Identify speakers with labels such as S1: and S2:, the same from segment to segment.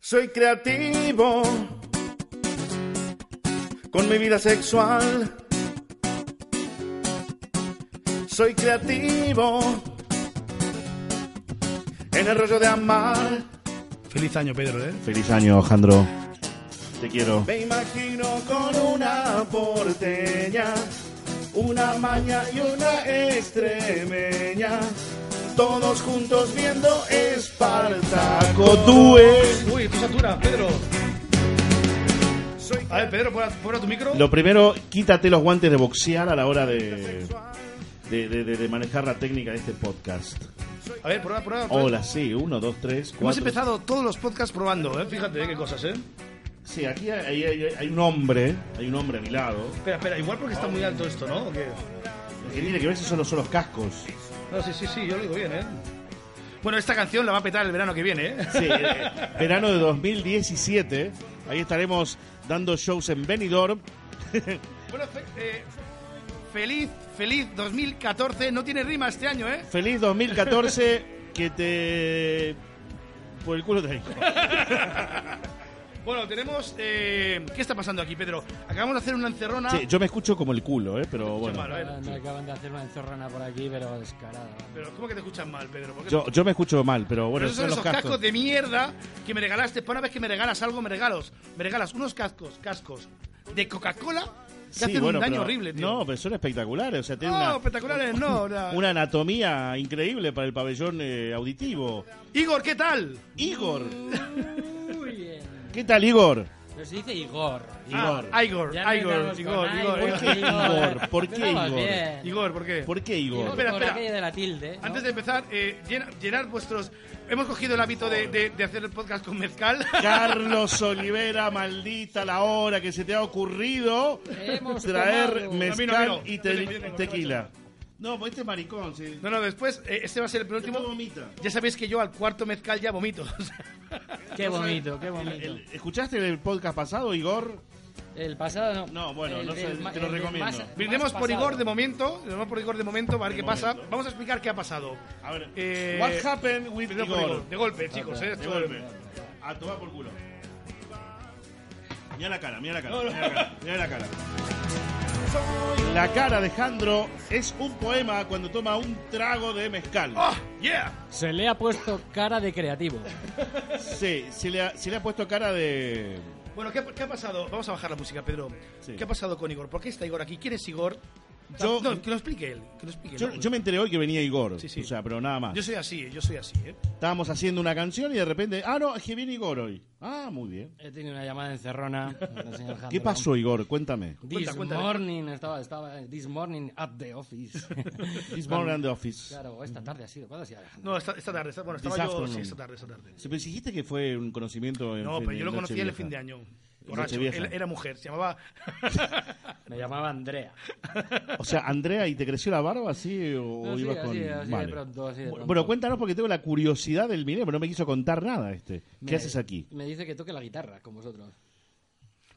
S1: Soy creativo con mi vida sexual. Soy creativo en el rollo de amar.
S2: Feliz año, Pedro, ¿eh?
S3: Feliz año, Jandro. Te quiero.
S1: Me imagino con una porteña, una maña y una extremeña. Todos juntos viendo Espartaco, tú es.
S2: Uy, esto satura, Pedro. A ver, Pedro, pon pon a tu micro.
S3: Lo primero, quítate los guantes de boxear a la hora de, de, de- de- de manejar la técnica de este podcast.
S2: A ver, prueba, prueba. prueba.
S3: Hola, sí, uno, dos, tres, Oh, cuatro.
S2: Hemos empezado todos los podcasts probando, ¿eh? Fíjate ¿eh? qué cosas, ¿eh?
S3: Sí, aquí hay, hay- hay- hay un hombre, hay un hombre a mi lado.
S2: Espera, espera, igual porque está muy alto esto, ¿no? ¿O qué?
S3: Lo que tiene que ver si solo son los cascos.
S2: No, sí, sí, sí, yo lo digo bien, ¿eh? Bueno, esta canción la va a petar el verano que viene, ¿eh?
S3: Sí, eh, verano de 2017. Ahí estaremos dando shows en Benidorm.
S2: Bueno, fe- eh, feliz, feliz 2014. No tiene rima este año, ¿eh?
S3: Feliz 2014, que te... Por el culo te digo.
S2: Bueno, tenemos... eh, ¿Qué está pasando aquí, Pedro? Acabamos de hacer una encerrona.
S3: Sí, yo me escucho como el culo, eh, pero bueno.
S2: mal, a ver.
S4: Me acaban de hacer una enzorrana por aquí, pero descarada.
S2: Pero ¿cómo que te escuchan mal, Pedro? ¿Por qué
S3: Yo, yo me escucho mal, pero
S2: Pero
S3: bueno,
S2: esos son esos cascos. de mierda que me regalaste. Para una vez que me regalas algo, me regalos. Me regalas unos cascos, cascos de Coca-Cola que
S3: Sí,
S2: hacen
S3: bueno,
S2: un daño
S3: pero-
S2: horrible, tío. Oh,
S3: No, pero son espectaculares. O sea, tiene
S2: No,
S3: una,
S2: espectaculares, no. la-
S3: una anatomía increíble para el pabellón eh, auditivo.
S2: Igor, ¿qué tal?
S3: Igor,
S4: Muy bien.
S3: ¿qué tal, Igor?
S4: Pero se dice Igor.
S3: Igor.
S2: Ah, Igor,
S4: Ya no
S2: Igor,
S4: estamos
S2: Igor,
S4: con
S2: Igor,
S4: Igor.
S2: Igor.
S3: Igor? ¿Por qué
S4: Empezamos
S3: Igor?
S4: bien.
S2: Igor, ¿por qué?
S3: ¿Por qué
S4: Igor
S3: Igor?
S2: Espera,
S4: por
S2: espera.
S4: aquello de la tilde. ¿no?
S2: Antes de empezar, eh, llena- llenad vuestros... Hemos cogido el hábito de, de- de hacer el podcast con mezcal.
S3: Carlos Olivera, maldita la hora que se te ha ocurrido
S4: Hemos
S3: traer
S4: tomado.
S3: mezcal
S2: No, no, no.
S3: y te-
S2: Viene, viene,
S3: tequila. No, pues este es maricón, sí.
S2: No, no, después, eh, este va a ser el
S3: Todo
S2: penúltimo.
S3: vomita.
S2: Ya sabéis que yo al cuarto mezcal ya vomito. o sea.
S4: Qué bonito, qué bonito.
S3: El-
S4: El,
S3: ¿Escuchaste el podcast pasado, Igor?
S4: pasado no.
S3: No, bueno, no sé,
S4: ma-
S3: te lo
S4: del
S3: recomiendo.
S2: Brindemos por
S4: pasado.
S2: Igor de momento. Brindemos por Igor de momento, a ver qué pasa. Vamos a explicar qué ha pasado.
S3: A ver,
S2: Eh,
S3: what happened with
S2: Brindemos por
S3: Igor?
S2: Igor. De golpe, chicos. eh,
S3: De
S2: esto-
S3: golpe. A tomar por culo. Mira la cara, mira la cara. Mira la cara. Mira la cara. La cara de Jandro es un poema cuando toma un trago de mezcal.
S2: ¡Ah! ¡Yeah!
S4: Se le ha puesto cara de creativo.
S3: Sí, se le, ha, se le ha puesto cara de.
S2: Bueno, ¿qué, ha- qué ha pasado? Vamos a bajar la música, Pedro.
S3: Sí.
S2: ¿Qué ha pasado con Igor? ¿Por qué está Igor aquí? ¿Quién es Igor?
S3: Yo-
S2: No, que lo explique él. Que lo explique
S3: Yo,
S2: ¿no?
S3: yo me enteré hoy que venía Igor.
S2: Sí, sí.
S3: O sea, pero nada más.
S2: Yo soy así, eh, yo soy así, ¿eh?
S3: Estábamos haciendo una canción y de repente. Ah, no, es que viene Igor hoy. Ah, muy bien.
S4: He tenido una llamada encerrona. del señor
S3: ¿Qué
S4: Handel.
S3: pasó, Igor? Cuéntame.
S4: This
S2: Cuenta, cuéntame.
S4: morning estaba, estaba this morning at the office.
S3: This morning in the office.
S4: Claro, esta tarde ha sido. ¿Cuándo ha sido? Alejandro?
S2: No, esta, esta tarde. esta- bueno, estaba
S3: This
S2: yo. Sí,
S3: afternoon.
S2: esta tarde, esta tarde.
S3: Sí, pero dijiste que fue un conocimiento. En
S2: No,
S3: fin
S2: pero
S3: de
S2: yo lo conocí en el
S3: Nochevieja.
S2: fin de año.
S3: En
S2: Borracho.
S3: Nochevieja.
S2: Él era mujer, se llamaba.
S4: Me llamaba Andrea.
S3: O sea, Andrea, ¿y te creció la barba así o
S4: No, sí,
S3: ibas
S4: así,
S3: con.?
S4: así de
S3: Vale.
S4: pronto, así de
S3: Bu-
S4: pronto.
S3: Bueno, cuéntanos porque tengo la curiosidad del video, pero no me quiso contar nada este. ¿Qué
S4: Me-
S3: haces aquí?
S4: Me dice que toque la guitarra con vosotros.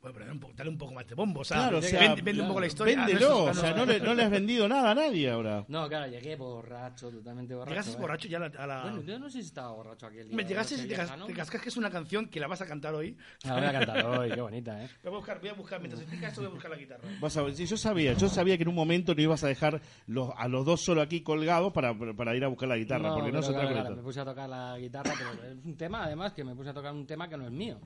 S2: Bueno, pero dale un, poco, dale un poco más de bombo, o sea,
S3: Claro, o sea,
S2: vende, vende un poco la historia. Ah, no,
S3: Véndelo,
S2: eso- ah,
S3: o sea, no
S2: no,
S3: le, no le has vendido nada a nadie ahora.
S4: No, claro, llegué borracho, totalmente borracho.
S2: Llegases
S4: ¿eh?
S2: borracho ya a la. a la-
S4: Bueno, yo no sé si estaba borracho aquel día.
S2: Me llegaste y te,
S4: borracho vieja,
S2: cas-
S4: ¿no?
S2: te cascas que es una canción que la vas a cantar hoy.
S4: Ah, voy a cantar hoy, qué bonita, ¿eh?
S2: Voy a buscar, voy a buscar
S3: Mm.
S2: mientras explica esto, voy a buscar la guitarra.
S3: Vas a ver, sí, yo sabía, yo sabía que en un momento no ibas a dejar los, a los dos solo aquí colgados para, para ir a buscar la guitarra, porque no
S4: pero
S3: se
S4: claro,
S3: trata
S4: claro, Me puse a tocar la guitarra, pero es un tema, además, que me puse a tocar un tema que no es mío.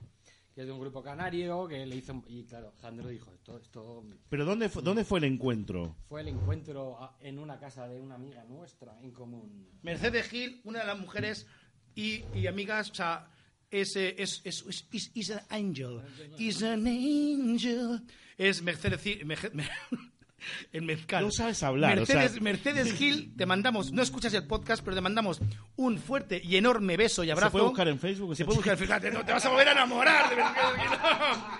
S4: Que es de un grupo canario, que le hizo... Y claro, Jandro dijo, esto, esto
S3: Pero ¿dónde fue, dónde fue el encuentro?
S4: fue el encuentro a- en una casa de una amiga nuestra en común.
S2: Mercedes Gil, una de las mujeres y, y amigas, o sea, es, eh, es, es, es, is- is an angel. Is an angel. Es Mercedes Gil. Merge- me- el mezcal.
S3: No sabes hablar, o sea.
S2: Mercedes, Mercedes Gil, te mandamos, no escuchas el podcast, pero te mandamos un fuerte y enorme beso y abrazo.
S3: puede buscar en Facebook
S2: Se
S3: esa
S2: puede buscar, fíjate, no te vas a volver a enamorar de Mercedes Gil.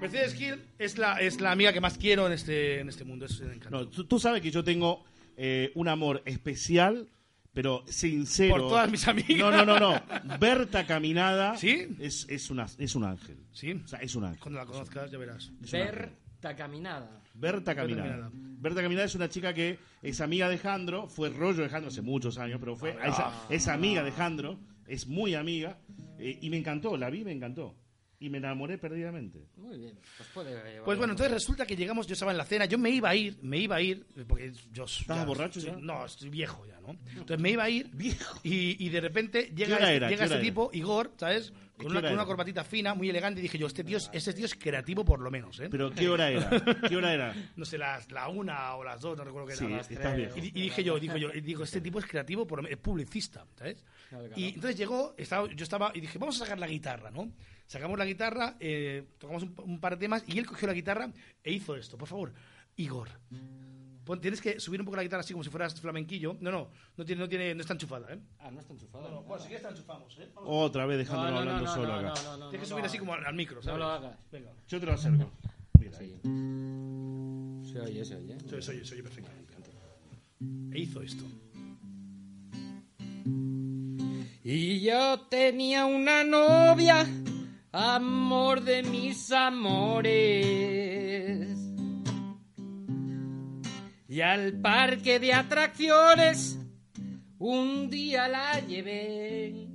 S2: Mercedes Gil es la, es la amiga que más quiero en este, en este mundo. Es un encanto.
S3: No, tú, tú sabes que yo tengo eh, un amor especial, pero sincero.
S2: Por todas mis amigas.
S3: No, no, no, no. Berta Caminada
S2: ¿Sí?
S3: es, es, una, es un ángel.
S2: ¿Sí?
S3: O sea, es un ángel.
S2: Cuando la conozcas, ya verás.
S4: Berta Caminada.
S3: Berta
S2: Caminada.
S3: Caminada. Berta Caminada es una chica que es amiga de
S4: Ah.
S3: Jandro, fue rollo de Jandro hace muchos años, pero fue es, es amiga de Jandro, es muy amiga. Eh, y me encantó, la vi, y me encantó. Y me enamoré perdidamente.
S4: Muy bien. Pues puede.
S2: Pues bueno, entonces resulta que llegamos, yo estaba en la cena, yo me iba a ir, me iba a ir, porque yo...
S3: ¿Estabas borracho
S2: estoy-
S3: ya?
S2: No, estoy viejo ya, ¿no? Entonces me iba a ir y, y de repente llega,
S3: hora
S2: este-
S3: era?
S2: llega
S3: ¿Qué
S2: este
S3: hora
S2: tipo, Igor, ¿sabes?
S3: ¿Qué
S2: Con una,
S3: hora
S2: con una
S3: era? Ah.
S2: corbatita fina, muy elegante, y dije yo, este tío, es- este tío es creativo por lo menos, ¿eh?
S3: Pero ¿qué hora era? ¿Qué hora era?
S2: no sé, las, la una o las dos, no recuerdo qué
S3: Sí, este
S2: era.
S4: las
S3: estás
S4: tres.
S3: viejo.
S2: Y, di- y dije yo, digo yo, y digo, este tipo es creativo, por, lo men- es publicista, ¿sabes?
S4: Claro, claro.
S2: Y entonces llegó, estaba, yo estaba, y dije, vamos a sacar la guitarra, ¿no? Sacamos la guitarra, eh, tocamos un, un par de temas, y él cogió la guitarra e hizo esto, por favor, Igor. pon- tienes que subir un poco la guitarra así como si fueras flamenquillo. No, no, no tiene, no tiene, no está enchufada, ¿eh?
S4: Ah, no está enchufado.
S2: Bueno,
S4: ni
S2: bueno,
S4: nada.
S2: si quieres te la enchufamos, ¿eh? Vamos.
S3: Otra vez dejándolo
S4: no, no,
S3: hablando
S4: no,
S3: solo
S4: no,
S3: acá.
S4: no, no, no,
S2: tienes que
S4: no
S2: subir
S4: lo
S2: así
S4: hagas.
S2: como al, al micro,
S4: No
S2: ¿sabes?
S4: lo hagas.
S2: Venga,
S3: Yo te lo acerco. Mira,
S4: Sí. Se oye, se oye.
S2: soy, soy, soy perfectamente. E hizo esto.
S4: Y yo tenía una novia, amor de mis amores. Y al parque de atracciones un día la llevé.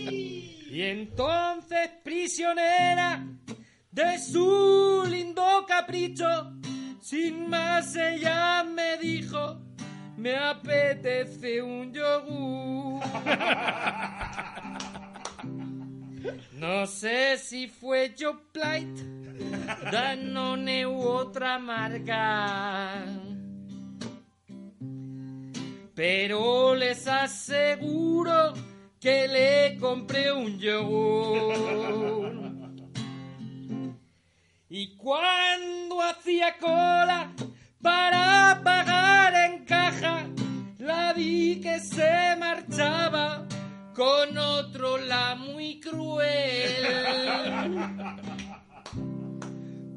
S4: Y entonces prisionera de su lindo capricho, sin más ella me dijo, me apetece un yogur. No sé si fue Joplite, Danone u otra marca. Pero les aseguro que le compré un yogur. Y cuando hacía cola para pagar en caja, la vi que se marchaba con otro la muy cruel.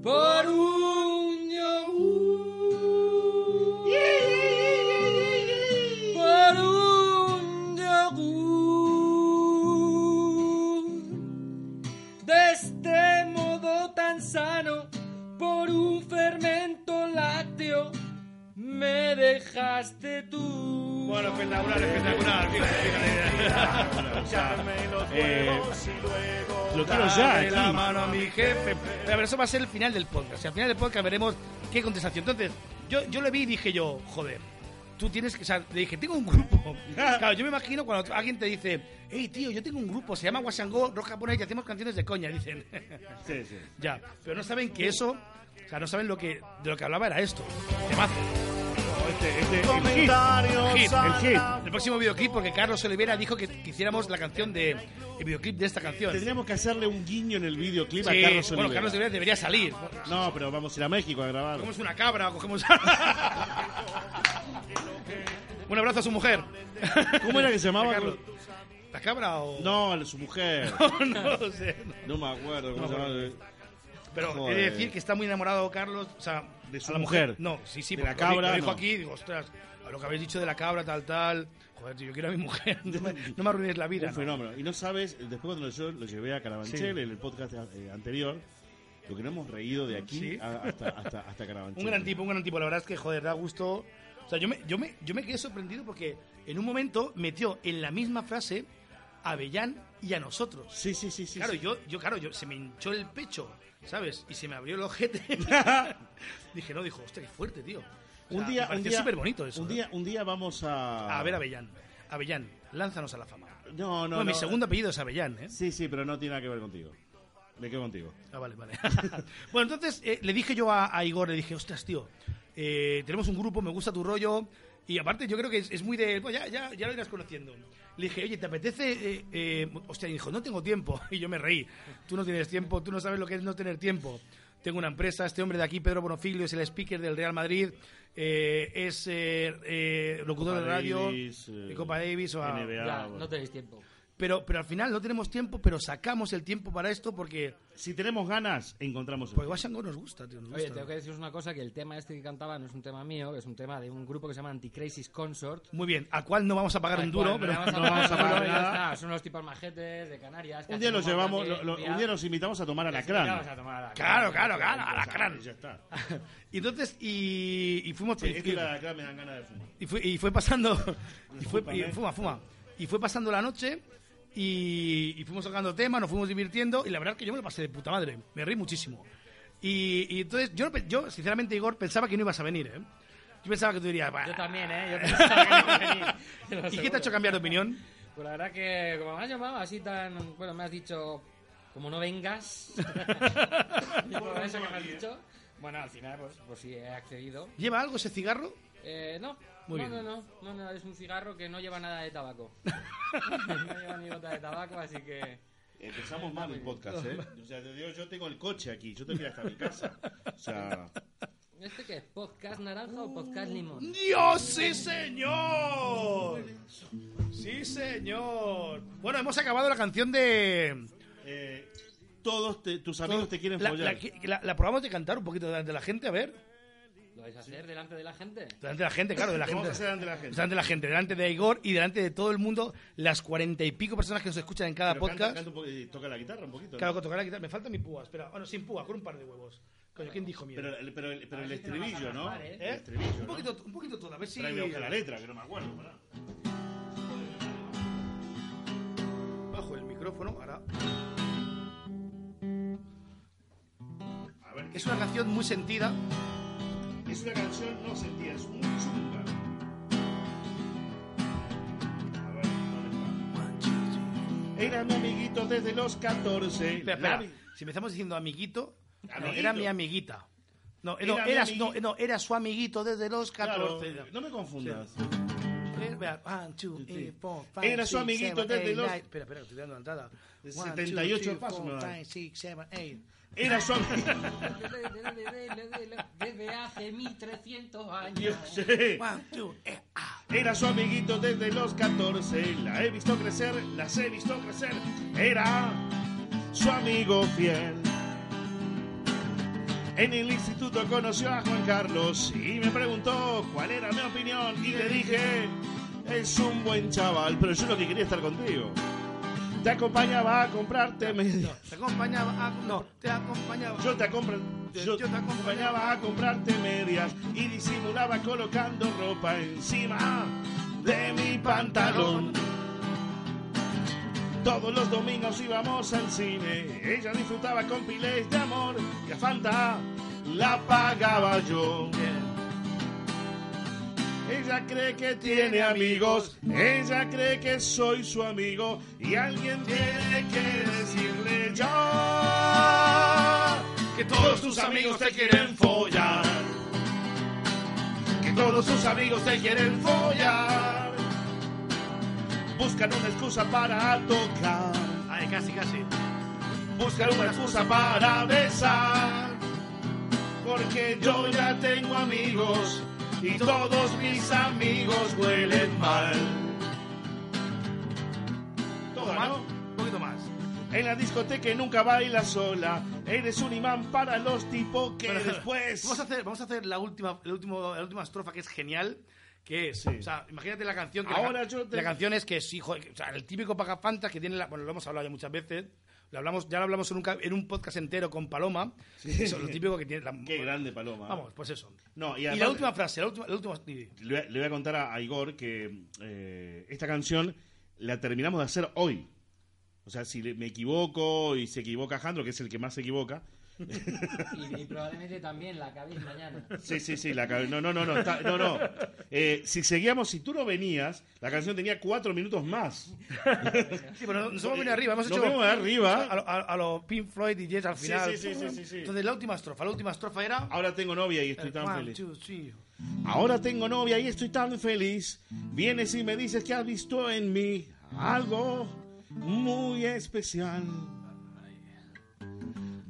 S4: Por un yogur. Por un yogur. De este modo tan sano, por un fermento lácteo, me dejaste tú.
S2: Bueno, espectacular, espectacular.
S1: Echarme los
S3: eh,
S1: huevos y luego
S3: lo quiero ya,
S2: Dale la
S3: aquí.
S2: mano a mi jefe. Pero, a ver, eso va a ser el final del podcast. Y al final del podcast veremos qué contestación. Entonces, yo, yo le vi y dije yo, joder, tú tienes que... O sea, le dije, tengo un grupo. Claro, yo me imagino cuando alguien te dice, hey, tío, yo tengo un grupo, se llama Guasangó, Rock Japonés y hacemos canciones de coña, dicen.
S3: Sí, sí.
S2: ya, pero no saben que eso... O sea, no saben lo que, de lo que hablaba era esto. Temazo.
S3: Este, este, el hit.
S1: comentarios
S2: Hit,
S3: el
S1: a
S3: hit.
S1: la-
S2: El próximo videoclip, porque Carlos Olivera dijo que, que hiciéramos la canción de... El videoclip de esta canción.
S3: Tendríamos que hacerle un guiño en el videoclip a
S2: Sí,
S3: Carlos
S2: bueno,
S3: Olivera.
S2: Carlos Olivera debería salir.
S3: No, pero vamos a ir a México a grabar.
S2: Cogemos una cabra o cogemos. Un abrazo a su mujer.
S3: ¿Cómo era que se llamaba?
S2: A Carlos. ¿La cabra o.?
S3: No, a su mujer.
S2: no sé.
S3: No me acuerdo cómo se
S2: No,
S3: llamaba.
S2: Pero he
S3: Joder.
S2: de decir que está muy enamorado Carlos. O sea,
S3: De su
S2: a la
S3: mujer.
S2: No, sí, sí.
S3: De la
S2: porque lo di-
S3: cabra,
S2: Lo dijo
S3: no.
S2: aquí, digo, ostras, a lo que habéis dicho de la cabra, tal, tal. Joder, tío, yo quiero a mi mujer. No me, no me arruines la vida.
S3: Un
S2: ¿no?
S3: fenómeno. Y no sabes, después cuando yo lo llevé a Carabanchel
S2: Sí.
S3: en el podcast eh, anterior, lo que no hemos reído de aquí
S2: Sí.
S3: a- hasta, hasta, hasta Carabanchel.
S2: Un gran tipo, un gran tipo. La verdad es que, joder, da gusto. O sea, yo me, yo me, yo me quedé sorprendido porque en un momento metió en la misma frase a Avellán y a nosotros.
S3: Sí, sí, sí. sí
S2: claro,
S3: sí.
S2: yo, yo, claro, yo, se me hinchó el pecho, ¿sabes? Y se me abrió el ojete. dije, no, dijo, hostia, qué fuerte, tío. O
S3: un
S2: sea, me
S3: día, un
S2: pareció
S3: día,
S2: súper bonito eso.
S3: Un
S2: ¿no?
S3: día, un día vamos a.
S2: A ver, Avellán. Avellán, lánzanos a la fama.
S3: No, no.
S2: Bueno, mi
S3: no.
S2: segundo apellido es Avellán, ¿eh?
S3: Sí, sí, pero no tiene nada que ver contigo. Me quedo contigo.
S2: Ah, vale, vale. bueno, entonces eh, le dije yo a, a Igor, le dije, ostras, tío, eh, tenemos un grupo, me gusta tu rollo. Y aparte, yo creo que es, es muy de. Bueno, ya, ya, ya lo irás conociendo. Le dije, oye, ¿te apetece.? Eh, eh, hostia, y dijo, no tengo tiempo. Y yo me reí. Tú no tienes tiempo, tú no sabes lo que es no tener tiempo. Tengo una empresa, este hombre de aquí, Pedro Bonofiglio, es el speaker del Real Madrid, eh, es eh, eh, locutor
S3: Copa
S2: de radio,
S3: Davis, eh,
S2: de Copa Davis o a-
S3: NBA.
S4: Ya,
S3: bueno.
S4: no tenéis tiempo.
S2: Pero, pero al final no tenemos tiempo, pero sacamos el tiempo para esto porque,
S3: Si tenemos ganas, encontramos. el-
S2: porque Guasango nos gusta, tío. nos
S4: Oye,
S2: gusta.
S4: tengo que deciros una cosa, que el tema este que cantaba no es un tema mío, es un tema de un grupo que se llama Anticrisis Consort.
S2: Muy bien, ¿a cuál no vamos a pagar un
S4: Al
S2: duro?
S4: cual
S2: Pero...
S4: le vamos a
S3: no
S4: pagar
S3: vamos a pagar
S4: un duro, ya
S3: nada.
S4: está, Son unos tipos majetes de Canarias.
S3: Un día los llevamos, lo- lo- un día los invitamos a tomar
S4: Vamos a
S3: alacrán.
S4: tomar alacrán.
S2: Claro, claro, claro, alacrán. Ah,
S3: Y Ya está.
S2: Y entonces, y, y fuimos...
S3: Sí,
S2: y,
S3: este alacrán me dan ganas de fumar.
S2: y fue, y fue pasando... Y fue, y-
S3: Discúlpame.
S2: fuma, fuma. Y fue pasando la noche y, y fuimos sacando temas, nos fuimos divirtiendo y la verdad que yo me lo pasé de puta madre, me reí muchísimo. Y, y entonces yo, no pe- yo, sinceramente, Igor, pensaba que no ibas a venir, ¿eh? Yo pensaba que tú dirías, "Bah".
S4: Yo también, ¿eh? Yo pensaba que no venía. Te lo
S2: ¿Y qué te ha
S4: aseguro.
S2: hecho cambiar de opinión?
S4: Pues la verdad que como me has llamado así tan... Bueno, me has dicho, como no vengas, y por eso que me has dicho... Bueno, al final, pues, pues sí, he accedido.
S2: ¿Lleva algo ese cigarro?
S4: Eh, no.
S2: Muy
S4: no,
S2: bien.
S4: no, no, no, no, es un cigarro que no lleva nada de tabaco. no lleva ni gota de tabaco, así que...
S3: Empezamos mal el podcast, ¿eh? O sea, te digo, yo tengo el coche aquí, yo te voy hasta mi casa. O sea,
S4: ¿Este qué es? ¿Podcast naranja o podcast limón?
S2: ¡Dios, sí, señor! Sí, señor. Bueno, hemos acabado la canción de...
S3: eh, todos te- tus amigos te quieren
S2: la,
S3: follar.
S2: la que- la- la probamos de cantar un poquito delante de la gente, a ver.
S4: ¿Lo vais a hacer delante de la gente?
S2: Delante de la gente, claro, de la
S3: Lo vamos
S2: gente.
S3: a hacer delante de la gente.
S2: Delante de la gente, delante de Igor y delante de todo el mundo, las cuarenta y pico personas que nos escuchan en cada
S3: Pero
S2: podcast.
S3: canta- canta un poco y toca la guitarra un poquito. ¿no?
S2: Claro, que tocar la guitarra. Me falta mi púa, espera. Bueno, sin púa, con un par de huevos. Coño, Ah, ¿quién dijo mierda?
S3: Pero, el- pero, el- pero el estribillo, ¿no?
S4: ¿eh?
S3: El estribillo.
S2: un,
S3: ¿no?
S2: poquito, un poquito todo, a ver si.
S3: Pero ahí voy a buscar la letra, que no me acuerdo. pará.
S2: Bajo el micrófono, ahora.
S3: A ver,
S2: Es una canción muy sentida.
S3: es una canción no sentida, es un chunga. A ver, ¿dónde está? Eran amiguitos desde los 14.
S2: Espera, espera.
S3: La vi-
S2: Si empezamos diciendo amiguito, no,
S3: Amiguito.
S2: era mi amiguita. No, eh, no,
S3: Era mi
S2: era, no,
S3: amiguito.
S2: eh, no, era su amiguito desde los
S3: Claro,
S2: 14.
S3: no me confundas.
S2: Eh, vea, one, two, eight, four, five,
S3: Era su
S2: six,
S3: amiguito
S2: seven,
S3: desde
S2: eight,
S3: los-
S2: nine. Espera, espera, que estoy dando la entrada.
S3: De
S2: One, two,
S3: 78
S2: three,
S3: pasos
S2: four,
S3: me va.
S2: five, six, seven, eight.
S3: Era su amiguito.
S4: Desde hace 1300
S3: Yo
S4: años.
S3: sé.
S2: One, two, eight, ah.
S3: Era su amiguito desde los 14. La he visto crecer, las he visto crecer. Era su amigo fiel. En el instituto conoció a Juan Carlos y me preguntó cuál era mi opinión. Y le dije, es un buen chaval, pero yo lo que quería es estar contigo. Te acompañaba a comprarte media.
S2: Te acompañaba a... No, te acompañaba...
S3: Yo te, acompra- yo
S2: Yo te
S3: acompañaba a comprarte medias y disimulaba colocando ropa encima de mi pantalón. Todos los domingos íbamos al cine. Ella disfrutaba con piles de amor y a Fanta la pagaba yo. Ella cree que tiene amigos, ella cree que soy su amigo y alguien tiene que decirle ya que todos tus amigos te quieren follar, que todos tus amigos te quieren follar. Buscan una excusa para tocar,
S2: Ay, casi, casi.
S3: buscan una excusa para besar, porque yo ya tengo amigos y todos mis amigos huelen mal. Toda,
S2: Más,
S3: ¿no?
S2: un poquito más.
S3: En la discoteca nunca baila sola. Eres un imán para los tipos que después.
S2: Vamos a hacer, vamos a hacer la, última, el último, la última estrofa que es genial. Que es, o sea, imagínate la canción que
S3: Ahora
S2: la,
S3: yo te-
S2: la canción es que es hijo, o sea, el típico pagafanta que tiene la, bueno, lo hemos hablado ya muchas veces, lo hablamos, ya lo hablamos en un, ca- en un podcast entero con Paloma, eso es lo típico que tiene la,
S3: Qué grande Paloma.
S2: Vamos, pues eso.
S3: No, y,
S2: y,
S3: además-
S2: la última frase, la última, la última di-
S3: Le voy a- le voy a contar a, a Igor que eh, esta canción la terminamos de hacer hoy. O sea, si le- me equivoco y se equivoca Jandro, que es el que más se equivoca.
S4: Y, y probablemente también la acabéis mañana.
S3: Sí, sí, sí, la ca- No, no, no, no. está- no, no. Eh, si seguíamos, si tú no venías, la canción tenía cuatro minutos más.
S2: Sí, pero no- nos hemos venido arriba, hemos
S3: Nos
S2: hecho
S3: vemos de arriba.
S2: a, lo- a- a los Pink Floyd y Jets al
S3: Sí,
S2: final.
S3: sí, sí, sí, sí, sí.
S2: Entonces la última estrofa, la última estrofa era
S3: Ahora tengo novia y estoy
S2: el
S3: tan
S2: one,
S3: feliz.
S2: two, three.
S3: Ahora tengo novia y estoy tan feliz. Vienes y me dices que has visto en mí algo muy especial.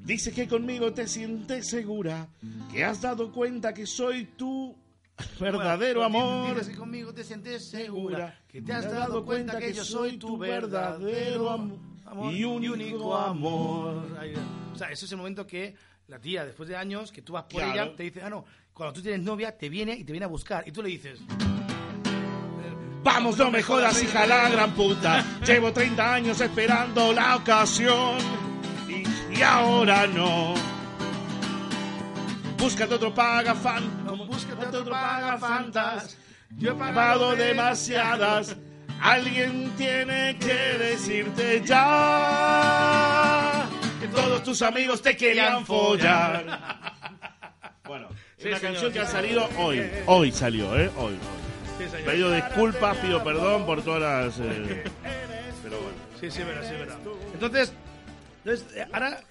S3: Dices que conmigo te sientes segura, que has dado cuenta que soy tu verdadero
S2: Bueno,
S3: amor.
S2: Dices que conmigo te sientes segura,
S3: Segura,
S2: que te has dado cuenta que yo soy tu verdadero
S3: am-
S2: amor
S3: y único amor.
S2: Ahí va. O sea, ese es el momento que la tía, después de años, que tú vas por
S3: Claro.
S2: ella, te dice, ah, no, cuando tú tienes novia, te viene y te viene a buscar. Y tú le dices,
S3: Vamos, no me jodas, hija la gran puta. Llevo 30 años esperando la ocasión y, y ahora no. Búscate otro paga fan.
S2: no, búscate otro paga fantas.
S3: Yo he pagado demasiadas. Alguien tiene que decirte ya que todos tus amigos te querían follar. Bueno, es una canción que ha salido hoy. Hoy salió, ¿eh? Hoy.
S2: Sí, señor.
S3: Pido disculpas, pido perdón por todas las. eh, pero bueno.
S2: Sí, sí, verá, sí, verá. Entonces, entonces, eh, ahora.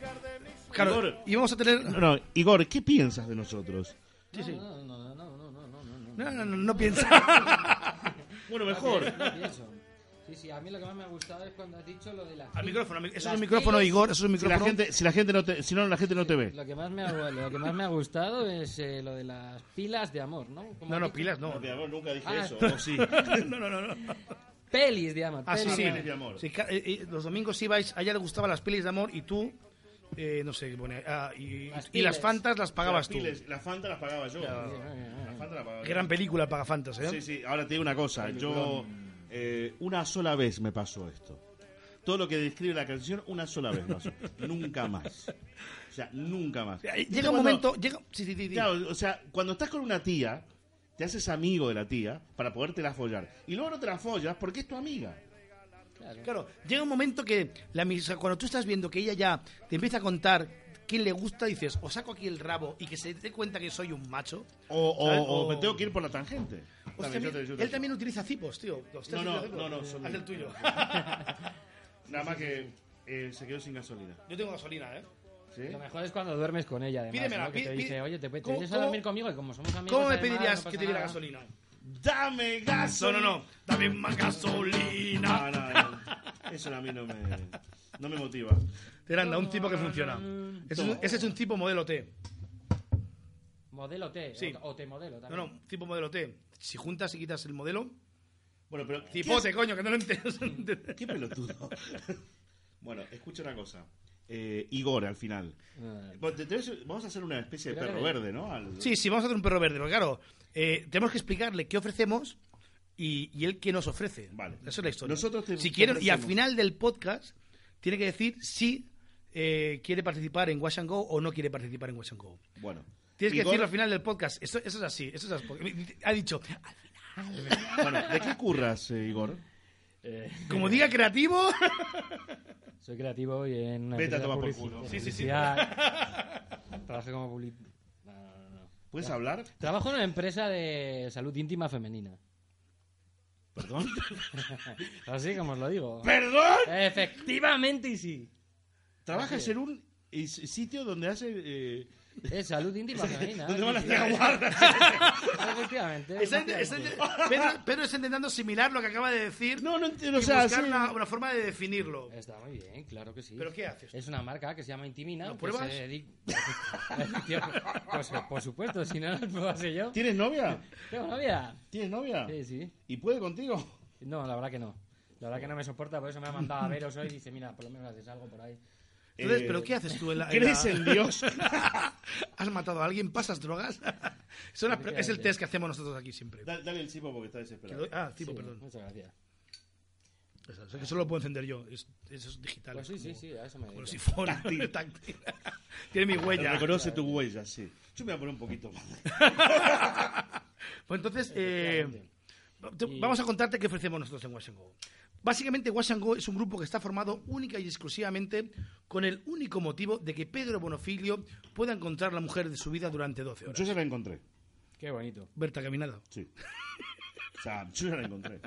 S2: Claro,
S3: Igor.
S2: y vamos a tener.
S3: No, no, Igor, ¿qué piensas de nosotros?
S2: Sí, sí. No, no, no, no piensa.
S3: Bueno, mejor.
S4: No pienso. Sí, sí, a mí lo que más me ha gustado es cuando has dicho lo de la.
S2: Al micrófono, al mic- eso es
S4: Las
S2: un micrófono,
S4: pilas-
S2: Igor, eso es un
S3: Si la
S2: micrófono.
S3: gente, si la gente no te, si no, la gente no te ve.
S4: Lo que más me ha, lo que más me ha gustado es eh, lo de las pilas de amor, ¿no? Como
S2: No,
S4: has
S2: no,
S4: dicho.
S2: pilas, no.
S3: nunca dije
S4: Ah. eso,
S3: ¿o sí?
S2: no, no, no, no.
S4: Pelis de amor.
S2: Ah, sí,
S4: pelis
S2: sí.
S4: de amor.
S3: de amor.
S2: Sí, ca- eh, eh, los domingos ibais, a ella le gustaban las pelis de amor y tú, eh, no sé, bueno, ah, y,
S4: Las
S2: y las
S4: piles.
S2: fantas las pagabas tú.
S3: La Fanta las pagaba yo. La Fanta la pagaba yo.
S2: Gran película paga fantas, ¿eh?
S3: Sí, sí, ahora te digo una cosa. Yo, eh, una sola vez me pasó esto. Todo lo que describe la canción, una sola vez pasó. nunca más. O sea, nunca más.
S2: Eh,
S3: ¿Viste
S2: Llega un
S3: cuando-
S2: momento, llega... Sí, sí, sí, sí.
S3: Claro, o sea, cuando estás con una tía, te haces amigo de la tía para podértela follar. Y luego no te la follas porque es tu amiga.
S2: Claro, llega un momento que la misa, cuando tú estás viendo que ella ya te empieza a contar quién le gusta, dices, o saco aquí el rabo y que se dé cuenta que soy un macho.
S3: O, o-
S2: ¿Sabes?
S3: o
S2: O-
S3: me tengo que ir por la tangente.
S2: O
S3: Dame,
S2: sea,
S3: yo
S2: también-
S3: te- yo te-
S2: él también utiliza cipos, tío. Los tres
S3: No, no,
S2: utilizan
S3: no, no,
S2: cipos.
S3: son
S2: Haz el
S3: míos.
S2: tuyo.
S3: Nada más que eh, se quedó sin gasolina.
S2: Yo tengo gasolina, ¿eh?
S3: ¿Sí?
S4: Lo mejor es cuando duermes con ella, además.
S2: Pídemela,
S4: ¿no? Que te
S2: pí-
S4: dice,
S2: pí-
S4: oye, ¿te, te
S2: ¿Cómo-
S4: vienes a
S2: cómo-
S4: dormir conmigo? Y como somos amigos.
S2: ¿Cómo me
S4: además,
S2: pedirías
S4: no pasa
S2: que te diera
S4: nada.
S2: gasolina?
S3: ¡Dame
S2: No,
S3: gasolina!
S2: no, no. Dame más
S3: No,
S2: gasolina.
S3: no, no. Eso a mí no me, no me motiva.
S2: Teranda, un tipo que funciona. Ese es, un, ese es un tipo modelo T.
S4: Modelo T.
S2: Sí.
S4: O, o T modelo
S2: No,
S4: también.
S2: no, tipo modelo T. Si juntas y quitas el modelo.
S3: Bueno, pero. ¿qué
S2: Cipote, coño, que no lo entiendes.
S3: hace- ¿Qué pelotudo? bueno, escucha una cosa. Eh, Igor, al final.
S4: Eh,
S3: Vos- te- te ves- Vamos a hacer una especie de
S4: Creo
S3: perro
S4: que-
S3: verde, ¿no? Al-
S2: Sí, sí, vamos a hacer un perro verde, pero claro, eh, tenemos que explicarle qué ofrecemos y, y él qué nos ofrece.
S3: Vale.
S2: Esa es la historia.
S3: Nosotros te-
S2: si
S3: te
S2: quieren, y al
S3: ofrecemos.
S2: final del podcast tiene que decir si eh, quiere participar en Wash and Go o no quiere participar en Wash and Go.
S3: Bueno.
S2: Tienes que
S3: Igor-
S2: decirlo al final del podcast. Eso, eso es así. Eso es así. Porque Ha dicho,
S3: Bueno, ¿de qué curras, eh, Igor?
S4: eh,
S2: como diga creativo.
S4: soy creativo y en una.
S3: Vete a
S4: empresa de
S3: tomar por
S4: publici-
S3: culo.
S4: de
S3: Sí,
S2: sí, sí.
S4: publicidad. Trabajo como public- no, no, no.
S3: ¿Puedes hablar?
S4: Trabajo en una empresa de salud íntima femenina.
S3: ¿Perdón?
S4: Así como os lo digo.
S3: ¿Perdón?
S4: Efectivamente y sí.
S3: Trabajas en un eh, sitio donde hace. eh,
S4: Es salud íntima femenina.
S3: donde
S4: sí,
S3: van las
S4: Ah, sí.
S3: guardas.
S4: Efectivamente.
S2: Está ent- está
S4: efectivamente.
S2: ent- Pedro, Pedro está intentando asimilar lo que acaba de decir
S3: No, no entiendo.
S2: y
S3: O sea,
S2: buscar
S3: sí.
S2: una, una forma de definirlo.
S4: Está muy bien, claro que Eh, sí.
S2: ¿Pero qué haces?
S4: Es una marca que se llama Intimina.
S2: ¿Lo
S4: que
S2: pruebas?
S4: se dedica- Tío, pues, por supuesto, si no lo probase yo.
S3: ¿Tienes novia?
S4: Tengo novia.
S3: ¿Tienes novia?
S4: Sí, sí.
S3: ¿Y puede contigo?
S4: No, la verdad que no. La verdad que no me soporta, por eso me ha mandado a veros hoy y dice, mira, por lo menos haces algo por ahí.
S3: Eh,
S2: Entonces, ¿pero qué haces tú en la- en
S3: ¿Crees
S2: la-
S3: en Dios?
S2: ¿Has matado a alguien? ¿Pasas drogas? es, una- es el
S4: Efectivamente.
S2: test que hacemos nosotros aquí siempre.
S3: Da- Dale el cipo porque está
S2: Que
S3: desesperado.
S2: lo- Ah, tipo,
S4: Sí,
S2: perdón.
S4: Muchas gracias.
S2: Eso, eso que solo lo puedo encender yo. Es- eso es digital.
S4: Pues sí,
S2: es
S4: sí,
S2: como-
S4: sí, a eso me
S2: como
S4: dedico.
S2: el sifón. táctil. Tiene mi huella.
S3: Reconoce tu huella, sí. Yo me voy a poner un poquito más.
S2: Pues entonces, eh, te- vamos a contarte qué ofrecemos nosotros en Wash and Go. Básicamente, Wash and Go es un grupo que está formado única y exclusivamente con el único motivo de que Pedro Bonofilio pueda encontrar la mujer de su vida durante 12 horas.
S3: Yo ya la encontré.
S4: Qué bonito.
S2: Berta Caminada.
S3: Sí. O sea, yo ya la encontré.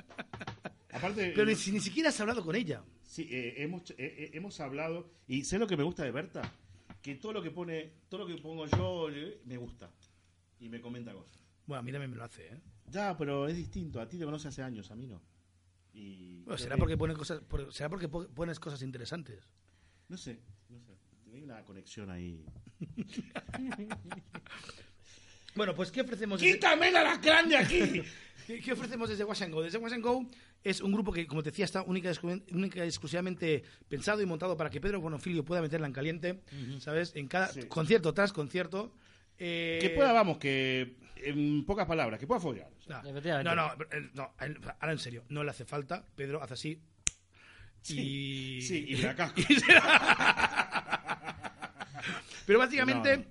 S3: Aparte,
S2: Pero
S3: eh,
S2: ni, si- ni siquiera has hablado con ella.
S3: sí, eh, hemos, eh, eh, hemos hablado. Y sé lo que me gusta de Berta. Que todo lo que pone, todo lo que pongo yo eh, me gusta. Y me comenta cosas.
S2: Bueno, a mí también me lo hace, ¿eh?
S3: Ya, pero es distinto. A ti te conoce hace años, a mí no. Y
S2: Bueno, será porque pones cosas, por- será porque po- pones cosas interesantes.
S3: No sé, no sé. Hay una conexión ahí.
S2: Bueno, pues ¿qué ofrecemos? desde-
S3: ¡Quítame la alacrán de aquí!
S2: ¿Qué, qué ofrecemos desde Wash and Go? Desde Wash and Go es un grupo que, como te decía, está única, y exclu- única y exclusivamente pensado y montado para que Pedro Bonofilio pueda meterla en caliente, ¿sabes? En cada
S3: Sí.
S2: concierto tras concierto. Eh,
S3: que pueda, vamos, que. En pocas palabras, que pueda follar. O sea,
S2: no, No,
S4: Efectivamente.
S2: no, eh, no, eh, ahora en serio, no le hace falta. Pedro hace así. y...
S3: Sí, y me la casco.
S2: Pero básicamente
S3: No.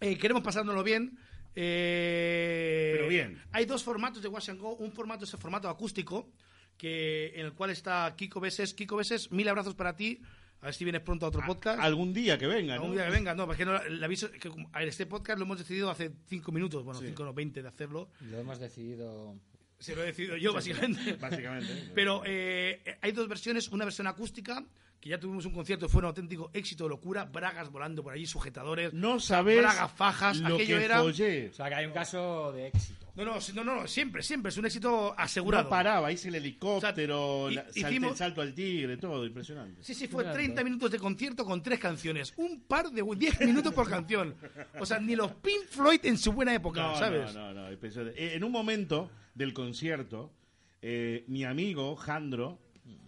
S2: eh, queremos pasárnoslo bien. eh,
S3: Pero bien.
S2: Hay dos formatos de Wash and Go. Un formato es el formato acústico, que, en el cual está Kiko Beses. Kiko Beses, mil abrazos para ti. A ver si vienes pronto a otro podcast.
S3: Algún día que venga,
S2: Algún
S3: Ah, ¿no?
S2: día que venga, no, porque no, el aviso, que como- a ver, este podcast lo hemos decidido hace cinco minutos, bueno, cinco no, 20 de hacerlo.
S4: Lo hemos decidido.
S2: Se lo he decidido yo, básicamente.
S3: Básicamente.
S2: Pero eh, hay dos versiones, una versión acústica, que ya tuvimos un concierto, fue un auténtico éxito de locura, bragas volando por allí, sujetadores,
S3: No sabes
S2: bragas, fajas,
S3: lo
S2: aquello
S3: que
S2: era...
S3: follé.
S4: O sea, que hay un caso de éxito.
S2: No, no, si- no, no, siempre, siempre, es un éxito asegurado.
S3: No paraba, hice el helicóptero,
S2: O sea,
S3: la-
S2: hi-
S3: salté
S2: hicimos-
S3: el salto al tigre, todo, impresionante.
S2: Sí, sí, fue 30 minutos de concierto con tres canciones, un par de 10 minutos por canción. O sea, ni los Pink Floyd en su buena época,
S3: No,
S2: ¿sabes?
S3: no, no, no, impresionante. Eh, En un momento del concierto, eh, mi amigo Jandro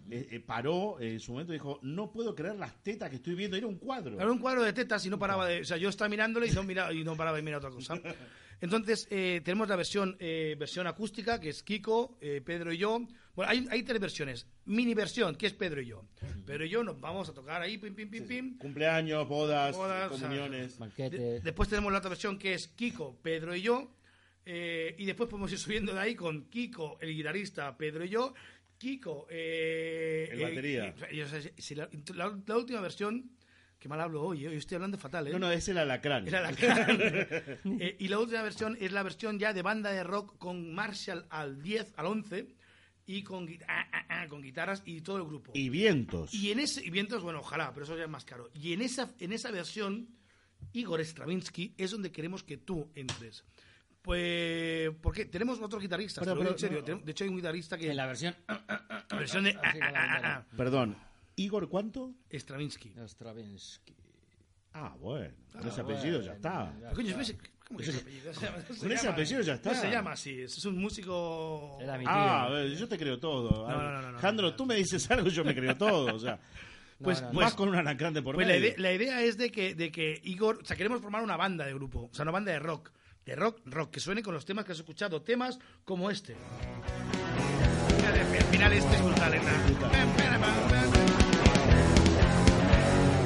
S3: eh, eh, paró eh, en su momento y dijo: No puedo creer las tetas que estoy viendo. Era un cuadro.
S2: Era un cuadro de tetas y no paraba de. O sea, yo estaba mirándole y no, miraba, y no paraba de mirar otra cosa. Entonces, eh, tenemos la versión, eh, versión acústica, que es Kiko, eh, Pedro y yo. Bueno, hay, hay tres versiones. Mini versión, que es Pedro y yo. Pedro y yo nos vamos a tocar ahí, pim, pim, pim, pim.
S3: Cumpleaños, bodas, ah.
S2: Bodas,
S3: comuniones.
S2: De-
S4: Banquete.
S2: después tenemos la otra versión, que es Kiko, Pedro y yo. eh, y después podemos ir subiendo de ahí con Kiko, el guitarrista, Pedro y yo. Kiko, eh,
S3: El
S2: eh,
S3: batería.
S2: y- y- o sea, si la, la- la última versión, que mal hablo hoy, eh, hoy estoy hablando fatal, ¿eh?
S3: No, no, es el alacrán.
S2: Era la cara. Eh, y la otra versión es la versión ya de banda de rock con Marshall al 10, al 11 y con, guita- ah, ah, ah, con guitarras y todo el grupo.
S3: Y vientos.
S2: Y en ese y vientos, bueno, ojalá, pero eso ya es más caro. Y en esa, en esa versión, Igor Stravinsky es donde queremos que tú entres. Pues, porque tenemos otros guitarristas,
S4: Pero,
S2: te lo digo
S4: pero,
S2: en serio.
S4: no.
S2: tenemos- De hecho, hay un guitarrista que.
S4: En la versión.
S2: versión de.
S4: Así con la
S2: ah, ah, ah, ah,
S3: Perdón, ¿Igor cuánto?
S2: Stravinsky.
S4: Stravinsky.
S3: Ah, bueno, con ese
S4: bueno,
S3: apellido ya está.
S4: ya.
S2: Pero, coño, ese- ¿cómo que se apellida? Se llama- se
S3: Con ese
S2: llama-
S3: apellido ya está.
S2: No se llama así, es es un músico.
S4: Era mi tío.
S3: Ah, eh, yo te creo todo.
S2: No, no, no, no, no.
S3: Jandro, tú me dices algo, yo me creo todo. O sea,
S2: Pues-
S4: no, no.
S3: más con un alacrán de por
S2: Pues la,
S3: medio.
S2: ide- la idea es de que, de que Igor, o sea, queremos formar una banda de grupo, o sea, una banda de rock, de rock, rock, que suene con los temas que has escuchado, temas como este. Fíjate, Al final este es brutal, ¿eh?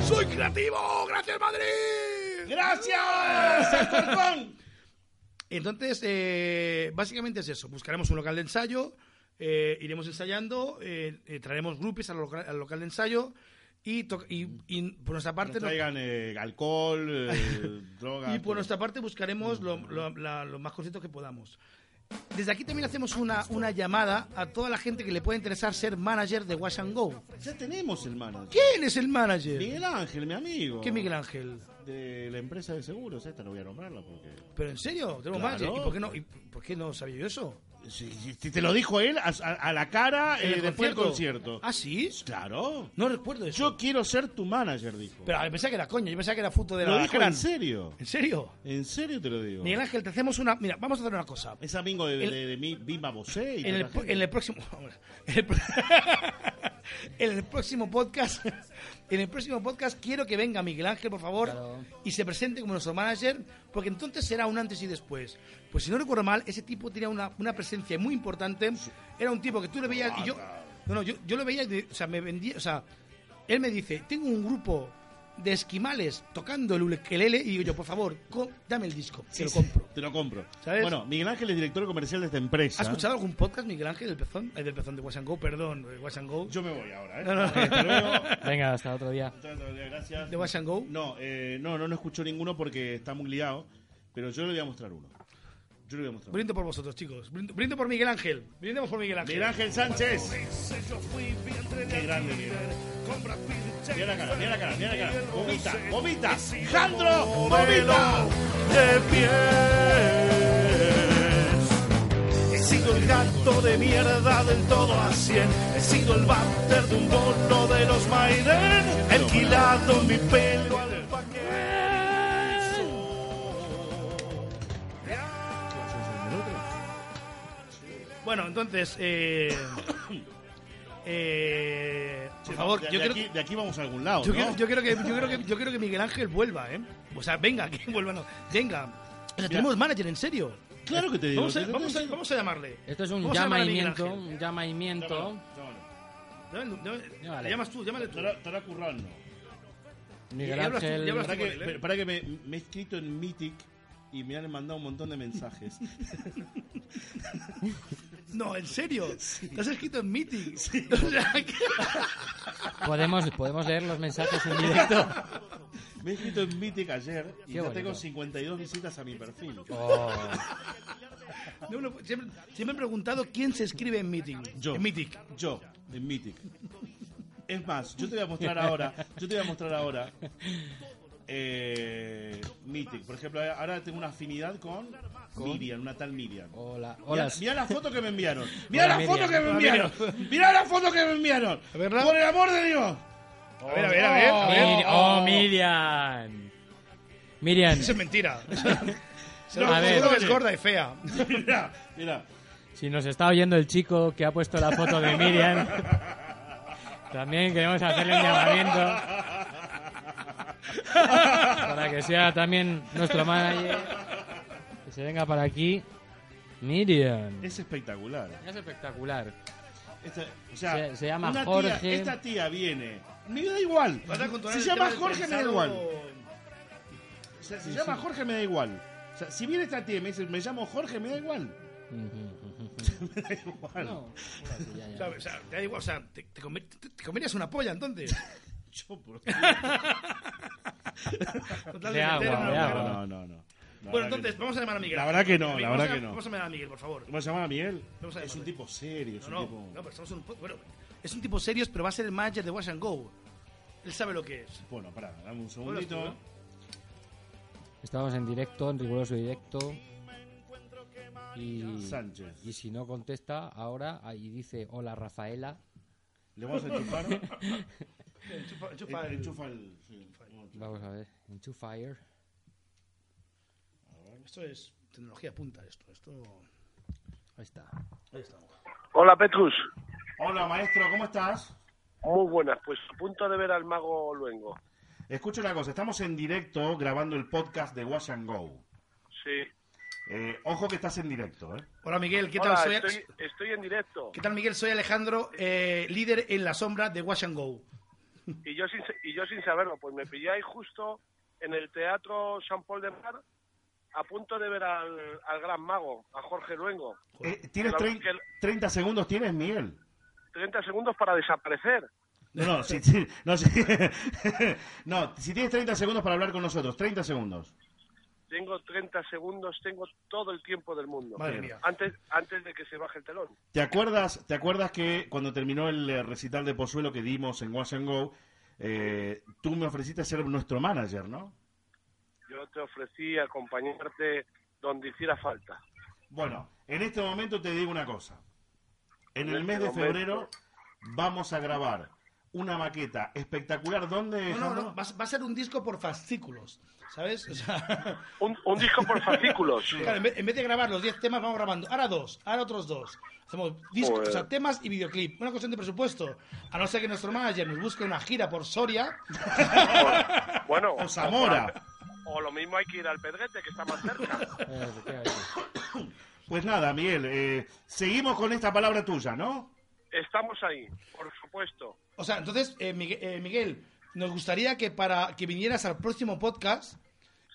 S2: ¡Soy creativo! ¡Gracias, Madrid!
S3: ¡Gracias! al Corcón!
S2: Entonces, eh, básicamente es eso. Buscaremos un local de ensayo, eh, iremos ensayando, eh, eh, traeremos grupos al local, al local de ensayo y, to- y- y por nuestra
S3: Que nos
S2: parte... lo-
S3: traigan eh, alcohol, eh, drogas.
S2: Y por nuestra parte buscaremos lo, lo- la- lo más conciertos que podamos. Desde aquí también hacemos una, una llamada a toda la gente que le pueda interesar ser manager de Wash and Go.
S3: Ya tenemos el manager.
S2: ¿Quién es el manager?
S3: Miguel Ángel, mi amigo.
S2: ¿Qué Miguel Ángel?
S3: De la empresa de seguros, esta no voy a nombrarla porque.
S2: ¿Pero en serio?
S3: Claro.
S2: ¿Tenemos manager? ¿Y por qué no, y por qué no sabía yo eso?
S3: Sí, sí, sí, te lo dijo él a, a- a la cara eh,
S2: ¿En el
S3: después del concierto.
S2: concierto?
S3: Pues
S2: ¿Ah, sí?
S3: Claro.
S2: No recuerdo eso.
S3: Yo quiero ser tu manager, dijo.
S2: Pero a ver, pensaba que era coña, yo pensaba que era foto de
S3: lo
S2: la
S3: dijo en serio.
S2: ¿En serio?
S3: En serio te lo digo.
S2: Miguel Ángel, te hacemos una... Mira, vamos a hacer una cosa.
S3: Es amigo de,
S2: El-
S3: de, de mi- Bimba Bosé y
S2: en el,
S3: toda la
S2: en el
S3: gente.
S2: próximo en el, pro- en el próximo podcast en el próximo podcast quiero que venga Miguel Ángel por favor
S4: Claro.
S2: y se presente como nuestro manager porque entonces será un antes y después pues si no recuerdo mal ese tipo tenía una, una presencia muy importante era un tipo que tú le veías y yo
S3: Ah,
S2: no no yo, yo lo veía y de- o sea me vendía o sea él me dice tengo un grupo de esquimales tocando el ukelele y digo yo por favor co- dame el disco se lo compro
S3: Te lo compro.
S2: ¿Sabes?
S3: Bueno, Miguel Ángel es director comercial de esta empresa.
S2: ¿Has escuchado algún podcast, Miguel Ángel, del pezón? Eh, del pezón de Wash and Go, perdón, de Wash and Go.
S3: Yo me voy ahora, ¿eh?
S2: No, no.
S3: Ok, Hasta luego.
S4: Venga, hasta otro día.
S3: Hasta otro día, Gracias.
S2: ¿De Wash and Go?
S3: No, eh, no, no, no escucho ninguno porque está muy liado. Pero yo le voy a mostrar uno. Yo le voy a mostrar uno.
S2: Brindo por vosotros, chicos. Brindo, brindo por Miguel Ángel. Brindemos por Miguel Ángel.
S3: Miguel Ángel Sánchez. Qué grande, Miguel. Mira la cara, mira la cara, mira la cara. Vomita, vomita. Jandro, vomita.
S1: de pies. He sido el gato de mierda del todo a cien. He sido el bater de un bono de los Maiden. El quilado, mi pelo al
S2: Bueno, entonces, eh, eh, por favor,
S3: de,
S2: yo
S3: de
S2: creo,
S3: aquí, de aquí vamos a algún lado,
S2: yo,
S3: ¿no?
S2: quiero, yo quiero que, yo, creo que, yo creo que Miguel Ángel vuelva, ¿eh? O sea, venga, que vuelva, no. Venga. O sea, tenemos manager, en serio.
S3: Claro que te digo.
S2: Vamos a,
S3: te- te-
S2: vamos a-
S3: te-
S2: vamos a llamarle.
S4: Esto es un
S2: Vamos a llamar a Miguel
S4: llamamiento.
S2: Ángel.
S4: Un llamamiento.
S3: Llámalo, llámalo.
S2: Llámale, llámale.
S4: Llámale.
S2: Le llamas tú, llámale tú.
S3: Estará- Estará currando.
S4: Miguel
S2: Y hablas tú, y
S4: Ángel.
S2: hablas
S3: Para
S2: tú.
S3: que, pero pará que me, me he escrito en Mythic y me han mandado un montón de mensajes.
S2: No, en serio. Te has escrito en meeting. O sea, que-
S5: Podemos, podemos leer los mensajes en directo.
S3: Me he escrito en Mythic ayer y
S5: Qué
S3: ya
S5: bonito.
S3: tengo 52 visitas a mi perfil.
S5: Oh,
S2: No, no, siempre, siempre he preguntado quién se escribe en meeting.
S3: Yo.
S2: En meeting.
S3: Yo, en Mythic. Es más, yo te voy a mostrar ahora. Yo te voy a mostrar ahora. Eh, Mythic. Por ejemplo, ahora tengo una afinidad con, Miriam, una tal Miriam.
S5: hola,
S3: Mira,
S5: hola.
S3: mira la foto que me enviaron. Mira
S5: Hola,
S3: la foto
S5: Miriam.
S3: que me enviaron. Mira la foto que me enviaron.
S2: A verla.
S3: Por el amor de Dios.
S2: A ver, a ver, a ver. a ver.
S5: Mir- oh, Miriam. Miriam.
S2: Eso es mentira.
S5: No,
S2: a
S5: a ver.
S2: es gorda y fea.
S3: mira, mira.
S5: Si nos está oyendo el chico que ha puesto la foto de Miriam, también queremos hacerle un llamamiento para que sea también nuestro manager. Que se venga para aquí. Miriam.
S3: Es espectacular.
S5: Es espectacular.
S3: Esta- o sea,
S5: Se- se llama
S3: una tía-
S5: Jorge.
S3: esta tía viene. Me da igual.
S2: Vas a controlar
S3: Se
S2: el
S3: llama
S2: tema del
S3: Jorge, me da
S2: pensado-
S3: igual. O sea, se llama Jorge, me da igual. O sea, si viene esta tía y me dice, me llamo Jorge, me da igual. Me da igual.
S2: O sea, o sea, te da igual, o sea, te, te comer- te- te comerías una polla entonces.
S3: Yo, por-
S2: Total,
S5: De agua,
S2: meter una-
S5: de
S2: una-
S5: agua.
S3: No, no, no. La
S2: Bueno,
S3: verdad
S2: entonces,
S3: que no.
S2: vamos a llamar a Miguel.
S3: La verdad que no,
S2: Miguel,
S3: la
S2: vamos
S3: verdad
S2: a-
S3: que no.
S2: Vamos a llamar a Miguel, por favor.
S3: ¿Vamos a llamar a Miguel?
S2: Vamos a
S3: es un
S2: llamarle.
S3: tipo serio, es
S2: No, no,
S3: un tipo...
S2: no, pero estamos en un... po- Bueno, es un tipo serio, pero va a ser el manager de Wash and Go. Él sabe lo que es.
S3: Bueno, pará, dame un segundito.
S2: Hola,
S5: Estamos en directo, en riguroso directo. Y,
S3: Sánchez.
S5: y si no contesta ahora ah, y dice hola Rafaela,
S3: Le vamos a enchufar.
S2: Enchufa, enchufa
S3: Eh,
S2: el-
S3: Enchufa el. sí.
S5: vamos a ver, into fire.
S2: Esto es tecnología punta, esto. esto...
S5: Ahí está.
S6: Hola Petrus,
S3: Hola, maestro, ¿cómo estás?
S6: muy buenas. Pues a punto de ver al mago Luengo.
S3: Escucha una cosa, estamos en directo grabando el podcast de Wash and Go.
S6: Sí.
S3: Eh, ojo que estás en directo, ¿eh?
S2: Hola, Miguel, ¿qué
S6: Hola,
S2: tal? Soy...
S6: estoy, estoy en directo.
S2: ¿Qué tal, Miguel? Soy Alejandro, eh, líder en la sombra de Wash and Go.
S6: Y yo, sin, y yo sin saberlo, pues me pilláis justo en el Teatro San Paul de Mar a punto de ver al, al gran mago, a Jorge Luengo.
S3: Eh, ¿Tienes
S6: Claro,
S3: trein-
S6: que el-
S3: 30 segundos? ¿Tienes, Miguel?
S6: 30 segundos para desaparecer.
S3: No, no, si, si- no, si- no, si tienes 30 segundos para hablar con nosotros, 30 segundos.
S6: Tengo 30 segundos, tengo todo el tiempo del mundo.
S2: Madre mía.
S6: Antes, antes de que se baje el telón.
S3: ¿Te acuerdas, ¿Te acuerdas que cuando terminó el eh, recital de Pozuelo que dimos en Wash and Go, eh, tú me ofreciste ser nuestro manager, ¿no?
S6: Yo te ofrecí acompañarte donde hiciera falta.
S3: Bueno, en este momento te digo una cosa. En
S6: En
S3: el mes
S6: este
S3: de febrero
S6: momento.
S3: vamos a grabar una maqueta espectacular. ¿Dónde,
S2: No, no, no,
S3: Jandro?
S2: va, a- va a ser un disco por fascículos, ¿sabes? O sea,
S6: Un, un disco por fascículos.
S2: claro, en, vez, en vez de grabar los 10 temas, vamos grabando ahora dos, ahora otros dos. Hacemos discos,
S6: Joder.
S2: o sea, temas y videoclip. Una cuestión de presupuesto. A no ser que nuestro manager nos busque una gira por Soria.
S6: Bueno,
S3: O Zamora.
S6: O lo mismo hay que ir al Pedrete, que está más cerca.
S5: Eh, efectivamente.
S3: Pues nada, Miguel, eh, seguimos con esta palabra tuya, ¿no?
S6: Estamos ahí, por supuesto.
S2: O sea, entonces, eh, Migue- eh, Miguel, nos gustaría que para que vinieras al próximo podcast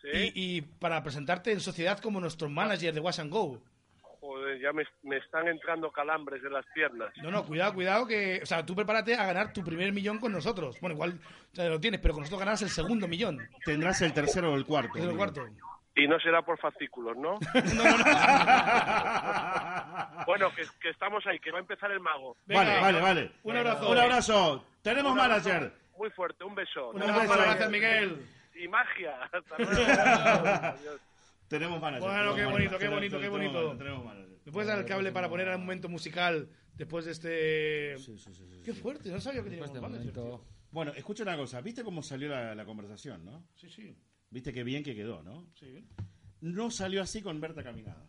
S6: ¿sí?
S2: y, y para presentarte en sociedad como nuestro manager de Wash and Go.
S6: Joder, ya me, me están entrando calambres de las piernas.
S2: No, no, cuidado, cuidado, que. O sea, tú prepárate a ganar tu primer millón con nosotros. Bueno, igual o sea, lo tienes, pero con nosotros ganarás el segundo millón.
S3: Tendrás el tercero o el cuarto.
S2: que es el
S3: Miguel.
S2: cuarto.
S6: Y no será por fascículos, ¿no? bueno, que, que estamos ahí, que va a empezar el mago.
S2: Venga,
S3: vale, vale, vale.
S2: un abrazo.
S3: Un abrazo. Tenemos
S6: Un abrazo
S3: manager.
S6: Muy fuerte, un beso.
S2: Un
S3: Un
S2: abrazo,
S3: abrazo.
S2: gracias, Miguel.
S6: Y magia. Hasta luego. Adiós.
S3: Tenemos manager.
S2: Bueno,
S3: tenemos
S2: qué
S3: manager,
S2: bonito, qué
S3: tenemos-
S2: bonito, qué
S3: tenemos
S2: bonito.
S3: manager, tenemos manager.
S2: ¿Me puedes dar el cable para poner al momento musical después de este. Qué fuerte, no sabía que
S5: Pues
S2: teníamos
S5: de
S2: un manager,
S5: momento,
S2: tío.
S3: Bueno, escucha una cosa. ¿Viste cómo salió la, la conversación, no?
S2: Sí, sí,
S3: ¿Viste qué bien que quedó, no?
S2: sí.
S3: No salió así con Berta Caminada.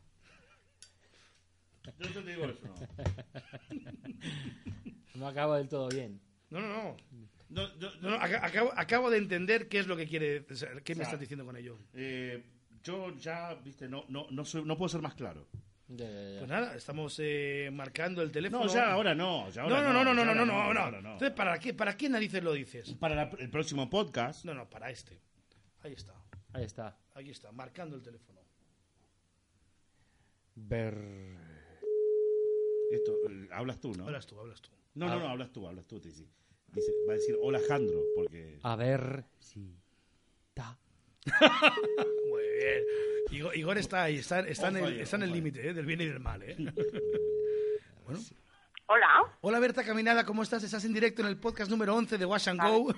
S3: Yo te digo eso.
S5: no acabo del todo bien.
S2: No, no, no.
S3: No, yo-
S2: No, no, aca- acabo, acabo de entender qué es lo que quiere. o sea, ¿Qué me
S3: Claro.
S2: estás diciendo con ello?
S3: eh, yo ya, viste, no, no, no, soy- no puedo ser más claro.
S5: Ya, ya, ya.
S2: Pues nada, estamos eh, marcando el teléfono.
S3: No, ya ahora no. ya ahora
S2: no, no, no, no,
S3: ya
S2: no,
S3: ahora
S2: no, no, no.
S3: ahora no.
S2: Entonces, ¿para qué, ¿para qué narices lo dices?
S3: Para la- el próximo podcast.
S2: No, no, para este. Ahí está.
S5: Ahí está.
S2: Aquí está, marcando el teléfono.
S5: Ver.
S3: Esto, eh, hablas tú, ¿no?
S2: Hablas tú, hablas tú. Ah.
S3: No, no, no, hablas tú, hablas tú, Tizi. Dice, va a decir hola Jandro, porque.
S5: A ver si. Ta.
S2: Muy bien. Igor, Igor está ahí, está, está en el,
S3: fire,
S2: está en
S3: on
S2: el
S3: fire.
S2: límite eh, del bien y del mal. ¿eh? Bueno.
S7: Hola.
S2: Hola Berta Caminada, ¿cómo estás? Estás en directo en el podcast número 11 de Wash and Go.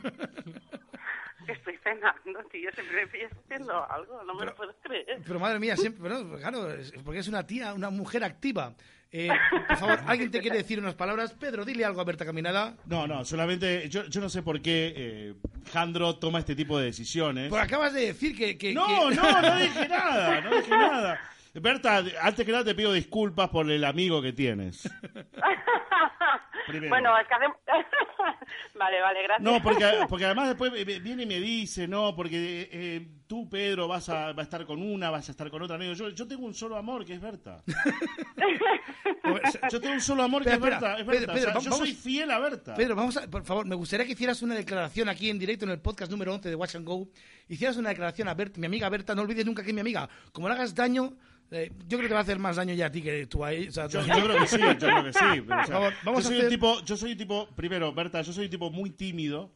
S7: Estoy cenando, tío. Siempre me pillas haciendo algo. No me lo puedo creer.
S2: Pero madre mía, siempre, bueno, pues claro, es porque es una tía, una mujer activa. Eh, por favor, ¿alguien te quiere decir unas palabras? Pedro, dile algo a Berta Caminada.
S3: No, no, solamente. Yo, yo no sé por qué eh, Jandro toma este tipo de decisiones.
S2: Porque Pues acabas de decir que... que-
S3: No,
S2: que-
S3: no, no dije nada, no dije nada. Berta, antes que nada te pido disculpas por el amigo que tienes. Primero.
S7: Bueno, es que hacemos... vale, vale, gracias.
S3: No, porque, porque además después me- me- viene y me dice, no, porque eh, eh, tú, Pedro, vas a, va a estar con una, vas a estar con otra. Le digo, Yo, yo tengo un solo amor, que es Berta. Yo tengo un solo amor, que
S2: Espera,
S3: es Berta.
S2: espera,
S3: es Berta.
S2: Pedro, Pedro,
S3: O sea, yo
S2: vamos-
S3: soy fiel a Berta.
S2: Pedro, vamos a, por favor, me gustaría que hicieras una declaración aquí en directo en el podcast número 11 de Watch and Go. Hicieras una declaración a Berta, mi amiga Berta, no olvides nunca que es mi amiga. Como le hagas daño, eh, yo creo que te va a hacer más daño ya a ti que tú a ella. O sea,
S3: Yo,
S2: tú-
S3: yo creo que sí, yo creo que sí. pero, o sea,
S2: Por favor, vamos
S3: yo
S2: a
S3: soy un
S2: hacer-
S3: tipo, yo soy un tipo, primero, Berta, yo soy un tipo muy tímido,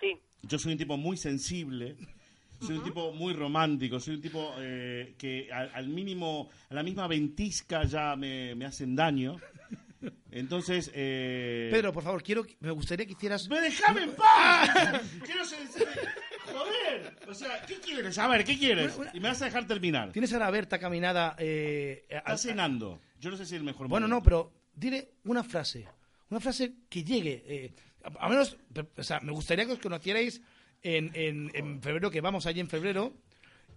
S7: Sí.
S3: yo soy un tipo muy sensible, soy un tipo muy romántico, soy un tipo eh, que al, al mínimo, a la misma ventisca ya me, me hacen daño. Entonces, eh,
S2: Pedro, por favor, quiero, que- me gustaría que hicieras...
S3: ¡Me dejame en paz! Quiero ser- ser- ¡Joder! O sea, ¿qué quieres? A ver, ¿qué quieres?
S2: Bueno, una-
S3: Y me vas a dejar terminar.
S2: Tienes ahora a Berta Caminada... Eh, a-
S3: Está cenando. Yo no sé si es el mejor
S2: Bueno, no,
S3: momento.
S2: pero dile una frase. Una frase que llegue. eh, a, a menos, pe- o sea, me gustaría que os conocierais en, en- en febrero, que vamos allí en febrero.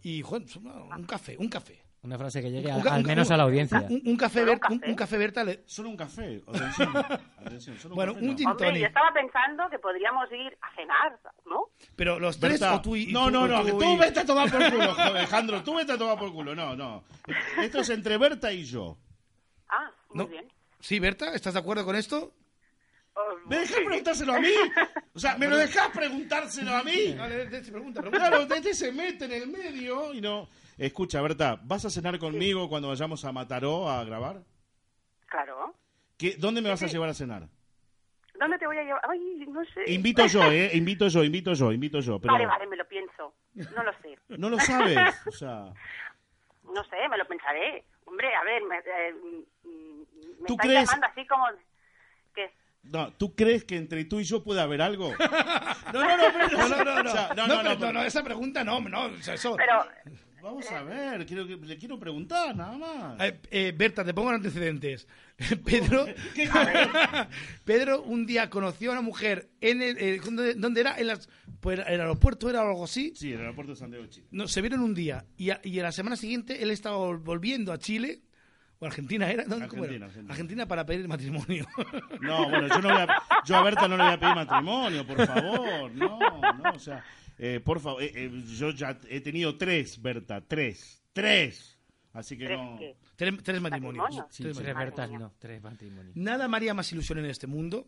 S2: Y, joder, pues, una- un café, un café.
S5: Una frase que llegue
S2: Un
S5: al,
S2: ca-
S5: al
S2: un-
S5: menos
S2: un-
S5: a la audiencia.
S2: Un, un café,
S7: Solo un
S2: Berta, un,
S7: café.
S3: ¿eh?
S2: un café Berta. le-
S3: Solo un café. Atención. Atención. Solo un
S2: Bueno,
S3: café,
S2: un
S3: no.
S2: gin
S7: Hombre, yo
S2: tonic.
S7: estaba pensando que podríamos ir a cenar, ¿no?
S2: Pero los tres
S3: Berta,
S2: o tú y. y
S3: no,
S2: tú-
S3: no,
S2: o
S3: no,
S2: tú
S3: tú,
S2: y-
S3: vete a tomar por culo, joder, Alejandro, tú vete a tomar por culo, no, no. Esto es entre Berta y yo.
S7: Ah, muy
S2: No.
S7: bien.
S2: Sí, Berta, ¿estás de acuerdo con esto?
S7: Oh,
S3: ¿Me dejás preguntárselo a mí? O sea, ¿me lo dejás preguntárselo a mí?
S2: Vale, pregunta,
S3: Claro, este se mete en el medio y no... Escucha, Berta, ¿vas a cenar conmigo cuando vayamos a Mataró a grabar?
S7: Claro.
S3: ¿Qué- ¿Dónde me vas a llevar a cenar?
S7: ¿Dónde te voy a llevar? Ay, no sé.
S3: Invito yo, ¿eh? Invito yo, invito yo, invito yo. Pero
S7: Vale, vale, me lo pienso. No lo sé.
S3: No lo sabes. O sea,
S7: No sé, me lo pensaré. Hombre, a ver, me, eh, mm, me
S3: ¿Tú
S7: están
S3: crees?
S7: llamando así como... que
S3: no, ¿tú crees que entre tú y yo puede haber algo? No, no, no, pero-
S2: No, no, no, no.
S3: o sea,
S2: No, pero-
S3: pero-
S2: no, no, esa pregunta no, no. o sea, eso-
S7: Pero,
S3: Vamos a ver, quiero que- le quiero preguntar nada más.
S2: Eh, eh, Berta, te pongo en antecedentes. Pedro, Pedro un día conoció a una mujer en el, eh, ¿dónde, dónde era? En las- pues, el aeropuerto era o algo así.
S3: Sí, en el aeropuerto de Santiago de Chile.
S2: No, se vieron un día y a, y a la semana siguiente él estaba vol- volviendo a Chile o Argentina era, ¿Dónde- cómo era?
S3: Argentina, Argentina.
S2: para pedir matrimonio.
S3: No, bueno, yo, no voy a, yo a Berta no le voy a pedir matrimonio, por favor. No, no, o sea, eh, por favor, eh, eh, yo ya he tenido tres, Berta, tres, tres. Así que
S7: ¿Tres
S3: no.
S7: qué?
S2: tres, tres matrimonios.
S7: Matrimonio.
S5: Sí,
S2: Tres
S5: tres
S2: matrimonios.
S5: Bertas, no. Tres matrimonios.
S2: Nada maría más ilusión en este mundo.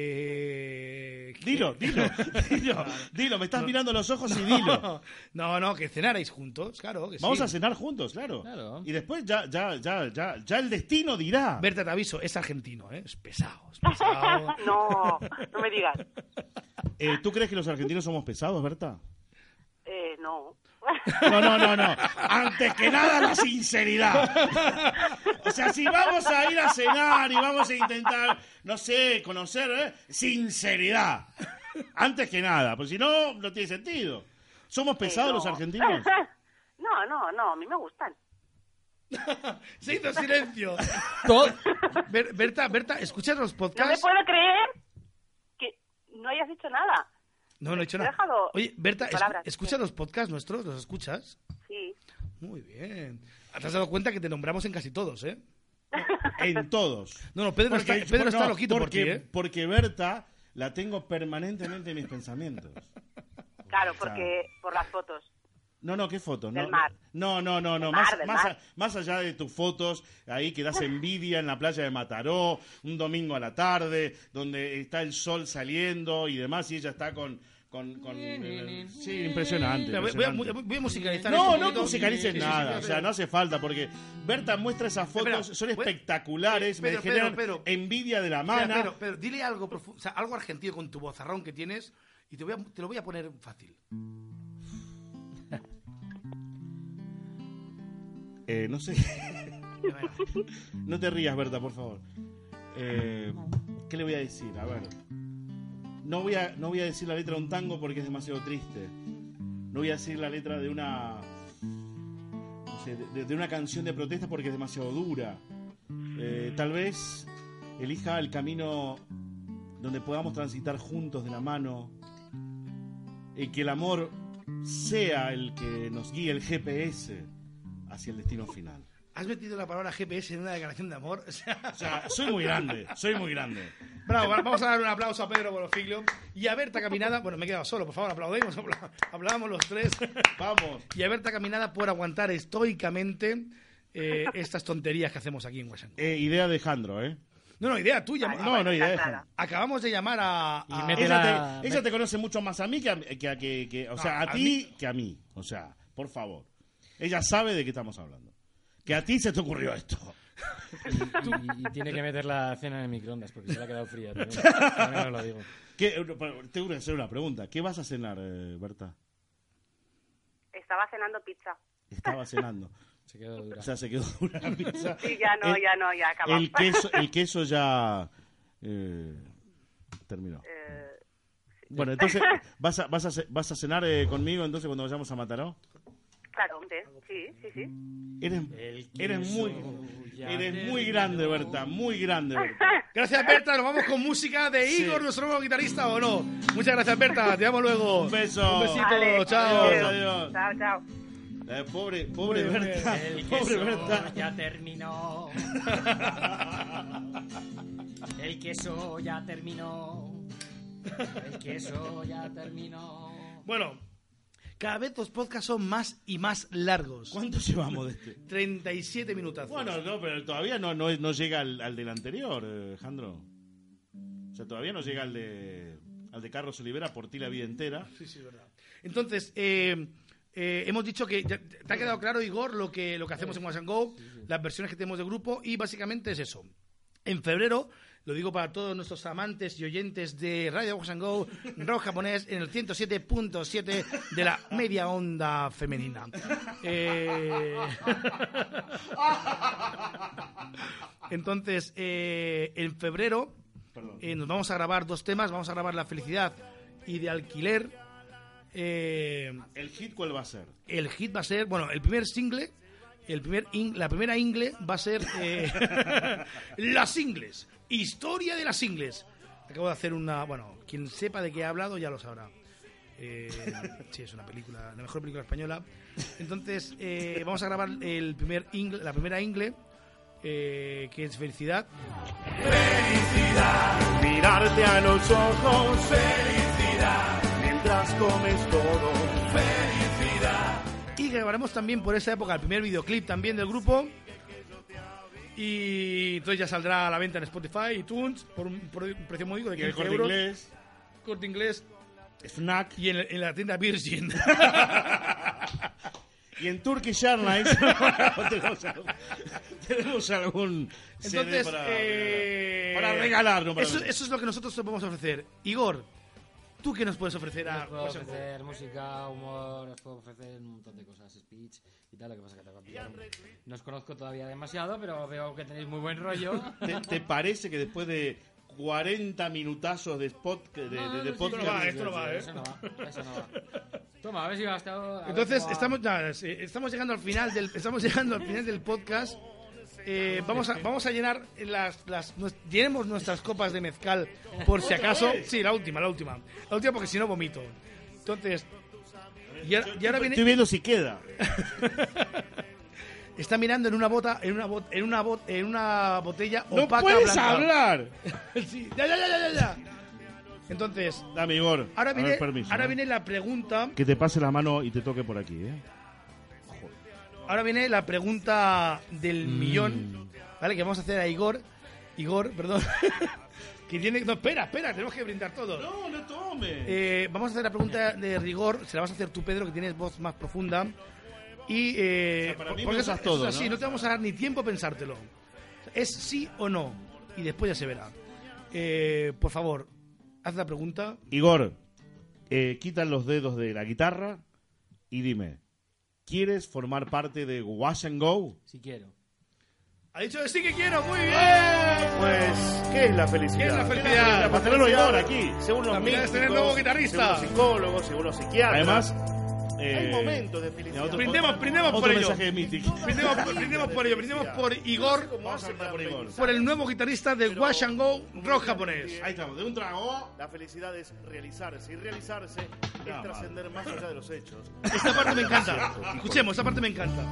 S2: Eh, que-
S3: Dilo, dilo, dilo, dilo, me estás mirando a los ojos y dilo.
S2: No, no, que cenarais juntos, claro. que
S3: Vamos
S2: sí.
S3: a cenar juntos, claro.
S5: Claro.
S3: Y después ya, ya, ya, ya, ya el destino dirá.
S2: Berta, te aviso, es argentino, ¿eh? Es pesado, es pesado.
S7: no, no me digas.
S3: Eh, ¿Tú crees que los argentinos somos pesados, Berta?
S7: Eh, no.
S3: No, no, no, no. Antes que nada, la sinceridad. O sea, si vamos a ir a cenar y vamos a intentar, no sé, conocer, ¿eh? sinceridad. Antes que nada, porque si no, no tiene sentido. ¿Somos pesados
S7: Eh, no.
S3: los argentinos?
S7: No, no, no, a mí me gustan.
S2: Se hizo silencio. Ber- Berta, Berta, ¿escuchas los
S7: No me
S2: podcasts?
S7: puedo creer que no hayas dicho nada.
S2: No, no he hecho
S7: Te he
S2: nada.
S7: dejado
S2: Oye, Berta,
S7: sin
S2: es-
S7: palabras.
S2: ¿escuchas los podcasts nuestros? ¿Los escuchas?
S7: Sí.
S2: Muy bien. Te has dado cuenta que te nombramos en casi todos, ¿eh?
S3: En todos.
S2: No, no, Pedro está- Pedro está loquito por
S3: porque,
S2: ti, ¿eh?
S3: Porque Berta la tengo permanentemente en mis pensamientos.
S7: Claro, porque por las fotos.
S3: No, no, ¿qué fotos?
S7: Del
S3: no,
S7: mar.
S3: No, no, no, no.
S7: Del
S3: Más,
S7: mar, del
S3: más,
S7: mar.
S3: más allá de tus fotos, ahí que das envidia en la playa de Mataró, un domingo a la tarde, donde está el sol saliendo y demás, y ella está con, con, con el- sí, impresionante.
S2: Mira, voy, voy a,
S3: impresionante.
S2: voy a musicalizar esto
S3: No,
S2: un
S3: no
S2: poquito.
S3: musicalices
S2: Sí, sí, sí,
S3: nada,
S2: espera,
S3: o sea, no hace falta, porque Berta muestra esas fotos,
S2: Espera,
S3: son
S2: voy-
S3: espectaculares, me
S2: Pedro, Pedro,
S3: generan
S2: Pedro.
S3: envidia de la
S2: espera,
S3: mana.
S2: Pedro, Pedro, dile algo profu- o sea, algo argentino con tu vozarrón que tienes y te, voy a- te lo voy a poner fácil.
S3: Eh, no sé, no te rías, Berta, por favor. Eh, ¿Qué le voy a decir? A ver. No voy a, no voy a decir la letra de un tango porque es demasiado triste. No voy a decir la letra de una. no sé, de, de una canción de protesta porque es demasiado dura. Eh, tal vez elija el camino donde podamos transitar juntos de la mano y que el amor sea el que nos guíe el GPS hacia el destino final.
S2: ¿Has metido la palabra GPS en una declaración de amor? O sea,
S3: O sea, soy muy grande, soy muy grande.
S2: bravo, va- vamos a dar un aplauso a Pedro Bolofiglio y a Berta Caminada. Bueno, me he quedado solo, por favor, aplaudemos. apla- Hablábamos los tres.
S3: Vamos.
S2: Y a Berta Caminada por aguantar estoicamente eh, estas tonterías que hacemos aquí en Washington.
S3: Eh, idea de Alejandro, ¿eh?
S2: No, no, idea tuya.
S3: No, no, idea de
S7: está
S3: Alejandro.
S7: clara.
S2: Acabamos de llamar a.
S5: Y
S2: a-
S5: mete
S3: Ella
S5: la-
S3: te, ella te conoce mucho más a mí que a, que a- que- que- o sea, a,
S2: a
S3: ti que a mí. O sea, por favor. Ella sabe de qué estamos hablando. Que a ti se te ocurrió esto.
S5: Y, y tiene que meter la cena en el microondas porque se le ha quedado fría también. También os lo digo.
S3: ¿Qué- tengo que hacer una pregunta. ¿Qué vas a cenar, eh, Berta?
S7: Estaba cenando pizza.
S3: Estaba cenando.
S5: Se quedó dura.
S3: O sea, se quedó una pizza.
S7: Sí, ya no,
S3: El-
S7: ya no, ya acabamos.
S3: El queso, el queso ya eh, terminó.
S7: Eh,
S3: Bueno, entonces, ¿vas a, vas a, ce- vas a cenar eh, conmigo entonces cuando vayamos a Mataró?
S7: claro, hombre, sí, sí, sí.
S3: Eres, eres muy, eres muy grande, Berta, muy grande, Berta.
S2: Gracias, Berta. Nos vamos con música de
S3: Sí.
S2: Igor, nuestro nuevo guitarrista, ¿o no? Muchas gracias, Berta. Te vemos luego.
S3: Un beso.
S2: Un besito.
S7: Vale,
S2: Chao.
S3: Adiós, adiós.
S7: Chao, chao.
S3: Eh, pobre, pobre Berta, pobre Berta.
S8: ya terminó. El queso ya terminó. El queso ya terminó.
S2: Bueno, cada vez los podcasts son más y más largos.
S3: ¿Cuánto llevamos de este?
S2: 37 minutazos.
S3: Bueno, no, pero todavía no, no, no llega al, al del anterior, eh, Jandro. O sea, todavía no llega al de, al de Carlos Olivera por ti la vida entera.
S2: Sí, sí, es verdad. Entonces, eh, eh, hemos dicho que ya- te ha quedado claro, Igor, lo que, lo que hacemos en Wash and Go, las versiones que tenemos de grupo, y básicamente es eso. En febrero, lo digo para todos nuestros amantes y oyentes de Radio Wash and Go, rock japonés, en el 107.7 de la media onda femenina. Eh, Entonces, eh, en febrero eh, nos vamos a grabar dos temas. Vamos a grabar La Felicidad y de Alquiler. Eh,
S3: ¿El hit cuál va a ser?
S2: el hit va a ser, bueno, el primer single, el primer in- la primera ingle va a ser eh, Las Ingles, historia de las Ingles. Acabo de hacer una, bueno, quien sepa de qué he hablado ya lo sabrá. Eh, sí, es una película, la mejor película española. Entonces, eh, vamos a grabar el primer ingle, la primera ingle, eh, que es Felicidad.
S1: Mirarte a los ojos, felicidad. Mientras comes todo, felicidad.
S2: Y grabaremos también por esa época el primer videoclip también del grupo. Y entonces ya saldrá a la venta en Spotify, iTunes, por un, por un precio módico de
S3: Y el
S2: 15
S3: corte
S2: euros.
S3: inglés,
S2: Corte inglés.
S3: Snack.
S2: Y en, en la tienda Virgin.
S3: Y en Turkish Airlines tenemos, algún- tenemos algún CD
S2: Entonces,
S3: para,
S2: eh,
S3: para regalar, no para
S2: eso,
S3: vender.
S2: eso es lo que nosotros te podemos ofrecer. Igor, ¿tú qué nos puedes ofrecer? A,
S5: Os puedo
S2: pues,
S5: ofrecer música, humor, os puedo ofrecer un montón de cosas, speech y tal, lo que pasa es que te va a pillar. No os conozco todavía demasiado, pero veo que tenéis muy buen rollo.
S3: ¿Te, te parece que después de 40 minutazos de, spot, de, de- de
S5: Ah, No, no, sí,
S3: podcast...
S2: no va,
S5: sí,
S2: esto no va,
S5: sí,
S2: ¿eh?
S5: Eso no va, eso no va. Toma, a ver si va hasta ahora, a ver
S2: Entonces,
S5: cómo va.
S2: estamos, ya, sí, estamos llegando al final del, estamos llegando al final del podcast. Eh, vamos, a, vamos a llenar las, las nos- llenemos nuestras copas de mezcal por si acaso. Sí, la última, la última. La última porque si no vomito. Entonces, y ahora, y ahora
S3: Estoy
S2: viene,
S3: viendo si queda.
S2: está mirando en una bota, en una bot, en una bot, en una botella
S3: ¡No
S2: opaca
S3: puedes
S2: blanca.
S3: hablar!
S2: Sí, ya, ya, ya, ya, ya, ya. Entonces,
S3: Dame, Igor.
S2: ahora
S3: a
S2: viene,
S3: ver, permiso,
S2: ahora
S3: ¿eh?
S2: viene la pregunta.
S3: Que te pase la mano y te toque por aquí, ¿eh?
S2: Ahora viene la pregunta del millón, ¿vale? Que vamos a hacer a Igor. Igor, perdón. Que tiene... No, espera, espera, tenemos que brindar todos.
S3: No, no tome.
S2: Eh, vamos a hacer la pregunta de rigor. Se la vas a hacer tú, Pedro, que tienes voz más profunda. Y. eh,
S3: O sea, para mí
S2: porque
S3: piensas
S2: eso- eso es
S3: todo,
S2: así,
S3: ¿no?
S2: ¿no? te vamos a dar ni tiempo a pensártelo. Es sí o no. Y después ya se verá. Eh, por favor, haz la pregunta.
S3: Igor, eh, quita los dedos de la guitarra y dime, ¿quieres formar parte de Wash and Go?
S5: Si quiero.
S2: Ha dicho sí que quiero, muy bien.
S1: Pues, ¿qué es la felicidad?
S2: ¿Qué es la felicidad?
S1: La
S3: Marcelo
S1: felicidad,
S3: Ah, Igor aquí.
S1: Según los
S2: La felicidad es
S1: místicos,
S2: tener nuevo guitarrista.
S1: Según los psicólogos, según los psiquiatras.
S3: Además,
S1: hay
S3: eh,
S1: momentos de felicidad.
S3: otro-
S2: Brindemos, brindemos
S3: otro
S2: por ello.
S3: mensaje de Eh, Mythic.
S2: Brindemos, brindemos por ello. Brindemos por Igor,
S1: Vamos a brindar por Igor.
S2: por el nuevo guitarrista de Wash and Go rock japonés.
S3: Ahí estamos, de un trago.
S1: La felicidad es realizarse. Y realizarse es
S3: Ya,
S1: trascender más allá de los hechos.
S2: Esta parte me encanta. Escuchemos, esta parte me encanta.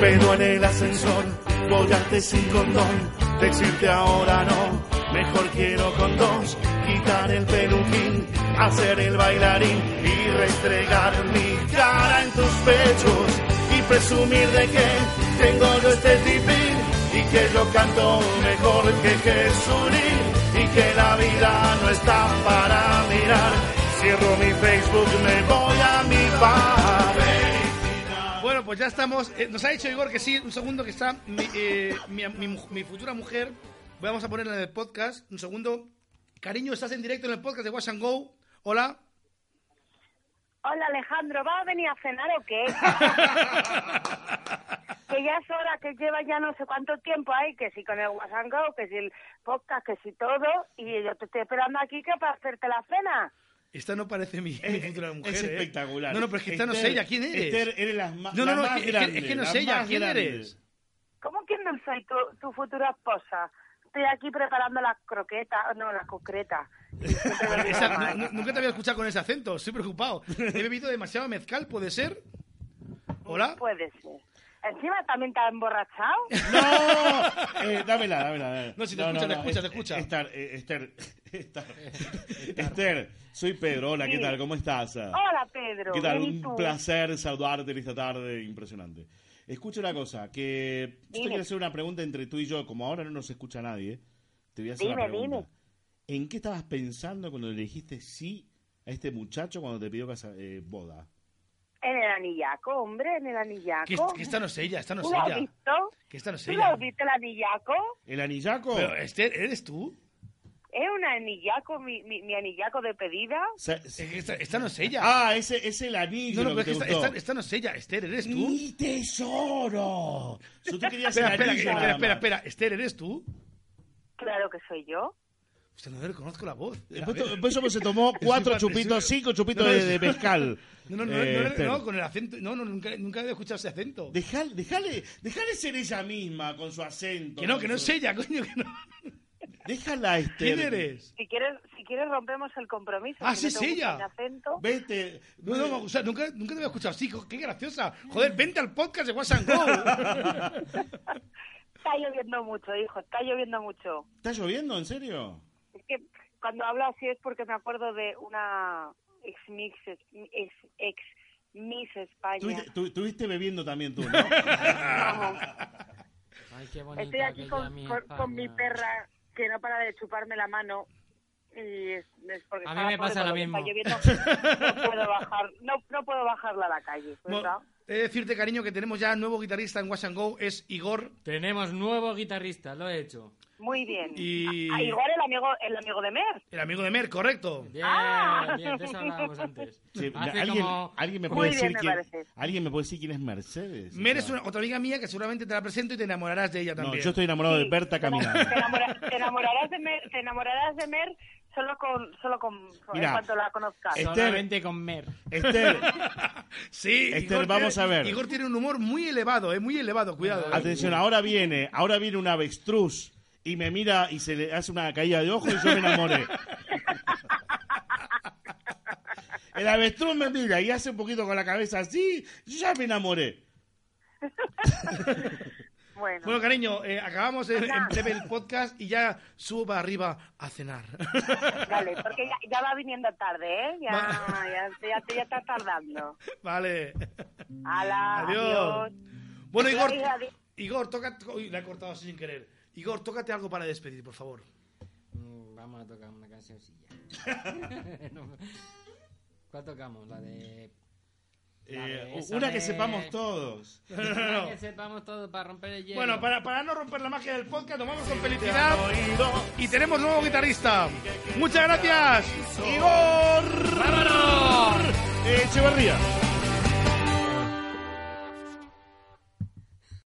S1: Pero en el ascensor, follarte sin condón, decirte ahora no, mejor quiero con dos, quitar el peluquín, hacer el bailarín y restregar mi cara en tus pechos y presumir de que tengo yo este tipín y que yo canto mejor que Jesulín y que la vida no está para mirar. Cierro mi Facebook, me voy a mi bar.
S2: Bueno, pues ya estamos. Eh, nos ha dicho Igor que sí, un segundo que está mi, eh, mi- mi mu- mi futura mujer. Vamos a ponerla en el podcast. Un segundo. Cariño, estás en directo en el podcast de Wash and Go. Hola.
S9: Hola Alejandro, ¿vas a venir a cenar o qué? que ya es hora, que lleva ya no sé cuánto tiempo ahí, que si con el WhatsApp, Go, que si el podcast, que si todo, y yo te estoy esperando aquí que para hacerte la cena.
S2: Esta no parece mi, mi futura mujer.
S3: Es
S2: ¿eh?
S3: espectacular.
S2: No, no, pero es que esta no
S3: Esther-
S2: sé ella. ¿Quién eres?
S3: Esther, eres la ma-
S2: No,
S3: la
S2: no, no,
S3: más
S2: es que- es que-
S3: grande,
S2: es que no
S3: la
S2: sé ella,
S3: más
S2: ¿quién
S3: grande.
S2: eres?
S9: ¿Cómo que no soy tu, tu futura esposa? Estoy aquí preparando las croquetas, no, las concretas.
S2: Pues Esa- nu- nu- nunca te había escuchado con ese acento. Estoy preocupado. He bebido demasiado mezcal, ¿puede ser? Hola.
S9: Puede ser. Encima también te has emborrachado.
S3: No, eh, dámela, dámela, dámela.
S2: No, si te escucha, te escucha, te escucha.
S3: eh, Estar, eh, Esther, Estar. Esther, soy Pedro. Hola, ¿qué
S9: Sí. Ah.
S3: tal? ¿Cómo estás?
S9: Hola Pedro,
S3: ¿Qué tal?
S9: bien, ¿y
S3: Un
S9: tú?
S3: placer saludarte en esta tarde impresionante. Escucha una cosa, que yo te
S9: Dime.
S3: quiero hacer una pregunta entre tú y yo, como ahora no nos escucha nadie, te voy a hacer una
S9: Dime,
S3: pregunta. ¿En qué estabas pensando cuando le dijiste sí a este muchacho cuando te pidió casa- eh, boda?
S9: En el anillaco, hombre, en el anillaco.
S2: Que, que esta no es ella, esta no es
S9: ¿Tú lo has
S2: ella.
S9: visto?
S2: Que esta no es
S9: ¿Tú lo
S2: ella.
S9: has visto el anillaco?
S3: ¿El anillaco?
S2: Pero, eh, Esther, ¿eres tú?
S9: Es un anillaco, mi, mi, mi anillaco de pedida.
S3: Sa-
S2: Es que Esta, esta no es ella.
S3: Ah, ese es el anillo.
S2: eh, No, no,
S3: lo
S2: pero es
S3: que te
S2: que esta,
S3: gustó.
S2: esta- esta no es ella. Esther, ¿eres tú?
S3: ¡Mi tesoro! Si tú querías
S2: Espera,
S3: el
S2: espera,
S3: anillo
S2: espera,
S3: nada
S2: espera, espera,
S3: más.
S2: espera. Esther, ¿eres tú?
S9: Claro que soy yo.
S2: Usted no le reconozco la voz. eh, A
S3: Después,
S2: ver.
S3: to- después se tomó cuatro
S2: Es un
S3: chupitos,
S2: patricio.
S3: cinco chupitos
S2: No, no,
S3: de,
S2: es-
S3: de mezcal.
S2: No, no, no,
S3: Eh,
S2: no,
S3: Esther.
S2: no, con el acento. No, no, nunca, nunca había escuchado ese acento.
S3: Dejale, dejale, dejale ser ella misma con su acento.
S2: Que no,
S3: con
S2: que no
S3: su-
S2: es ella, coño, que no.
S3: Déjala, Esther.
S2: ¿Quién eres?
S9: Si quieres, si quieres rompemos el compromiso.
S2: Ah,
S9: si
S2: sí,
S9: no te
S2: es
S9: gusta
S2: ella.
S9: mi acento.
S3: Vete.
S2: No, no, o sea, nunca, nunca te había escuchado así. co- Qué graciosa. Joder, vente al podcast de WhatsApp Go.
S9: Está lloviendo mucho, hijo, está lloviendo mucho.
S3: ¿Está lloviendo, en serio?
S9: Es que cuando hablo así es porque me acuerdo de una ex mix, ex, ex Miss España.
S3: Tuviste- tu- Estuviste bebiendo también tú, ¿no?
S9: Vamos.
S2: "Ah".
S5: Ay, qué bonita
S9: Estoy aquí
S5: aquella
S9: con,
S5: mi
S9: con, con mi
S5: España.
S9: perra que no para de chuparme la mano. Y es, es porque
S5: A mí
S9: estaba
S5: me pasa
S9: pobre,
S5: lo
S9: porque
S5: mismo.
S9: está lloviendo. No puedo, bajar, no, no puedo bajarla a la calle. ¿verdad?
S2: Bueno, he de decirte, cariño, que tenemos ya nuevo guitarrista en Wash and Go. Es Igor.
S5: Tenemos nuevo guitarrista, lo he hecho.
S9: Muy bien.
S2: Y-
S9: Ah, igual el amigo, el amigo de Mer.
S2: El amigo de Mer, correcto.
S5: Bien,
S9: Ah.
S5: bien, de eso hablábamos antes.
S3: Sí,
S5: Hace
S3: ¿alguien,
S5: como-
S3: alguien me
S9: Muy
S3: puede
S9: bien,
S3: decir
S9: me
S3: quién,
S9: parece.
S3: alguien me puede decir quién es Mercedes.
S2: Mer
S3: O
S2: es
S3: sea,
S2: una, otra amiga mía que seguramente te la presento y te enamorarás de ella
S3: No,
S2: también.
S3: yo estoy enamorado de
S9: Sí,
S3: Berta
S9: te enamor-
S3: Caminante.
S9: Te, enamora- te enamorarás de Mer, te enamorarás de Mer solo con, solo con
S3: Mira,
S9: en cuanto la conozcas.
S4: eh,
S3: Esther.
S5: Solamente con Mer.
S3: Esther,
S2: Sí,
S3: Esther,
S2: Igor
S3: este, vamos
S2: tiene-
S3: a ver. Ah,
S2: Igor tiene un humor muy elevado, es muy elevado, cuidado. eh.
S3: atención, ahora viene, ahora viene un avestruz y me mira y se le hace una caída de ojo y yo me enamoré. El avestruz me mira y hace un poquito con la cabeza así, yo ya me enamoré.
S9: Bueno,
S2: Bueno, cariño, eh, acabamos en,
S9: Hola.
S2: en breve el podcast y ya subo para arriba a cenar.
S9: dale, porque ya, ya va viniendo tarde, ¿eh? Ya,
S2: Va-
S9: ya, ya, ya está tardando.
S2: vale.
S9: Ala,
S2: Adiós.
S9: adiós.
S2: Bueno, Igor,
S9: Adiós, adiós.
S2: Igor, toca... Uy, la he cortado sin querer. Igor, tócate algo para despedir, por favor.
S5: Mm,
S4: vamos a tocar una cancioncilla. No. ¿Cuál tocamos? La de. la
S3: Eh,
S4: de esa
S3: una que
S4: de-
S3: sepamos todos.
S4: Una que sepamos todos para romper el hielo.
S2: Bueno, para, para no romper la magia del podcast, nos vamos con felicidad. Y tenemos nuevo guitarrista. Muchas gracias.
S3: Igor
S2: ¡Vámonos!
S3: Echeverría.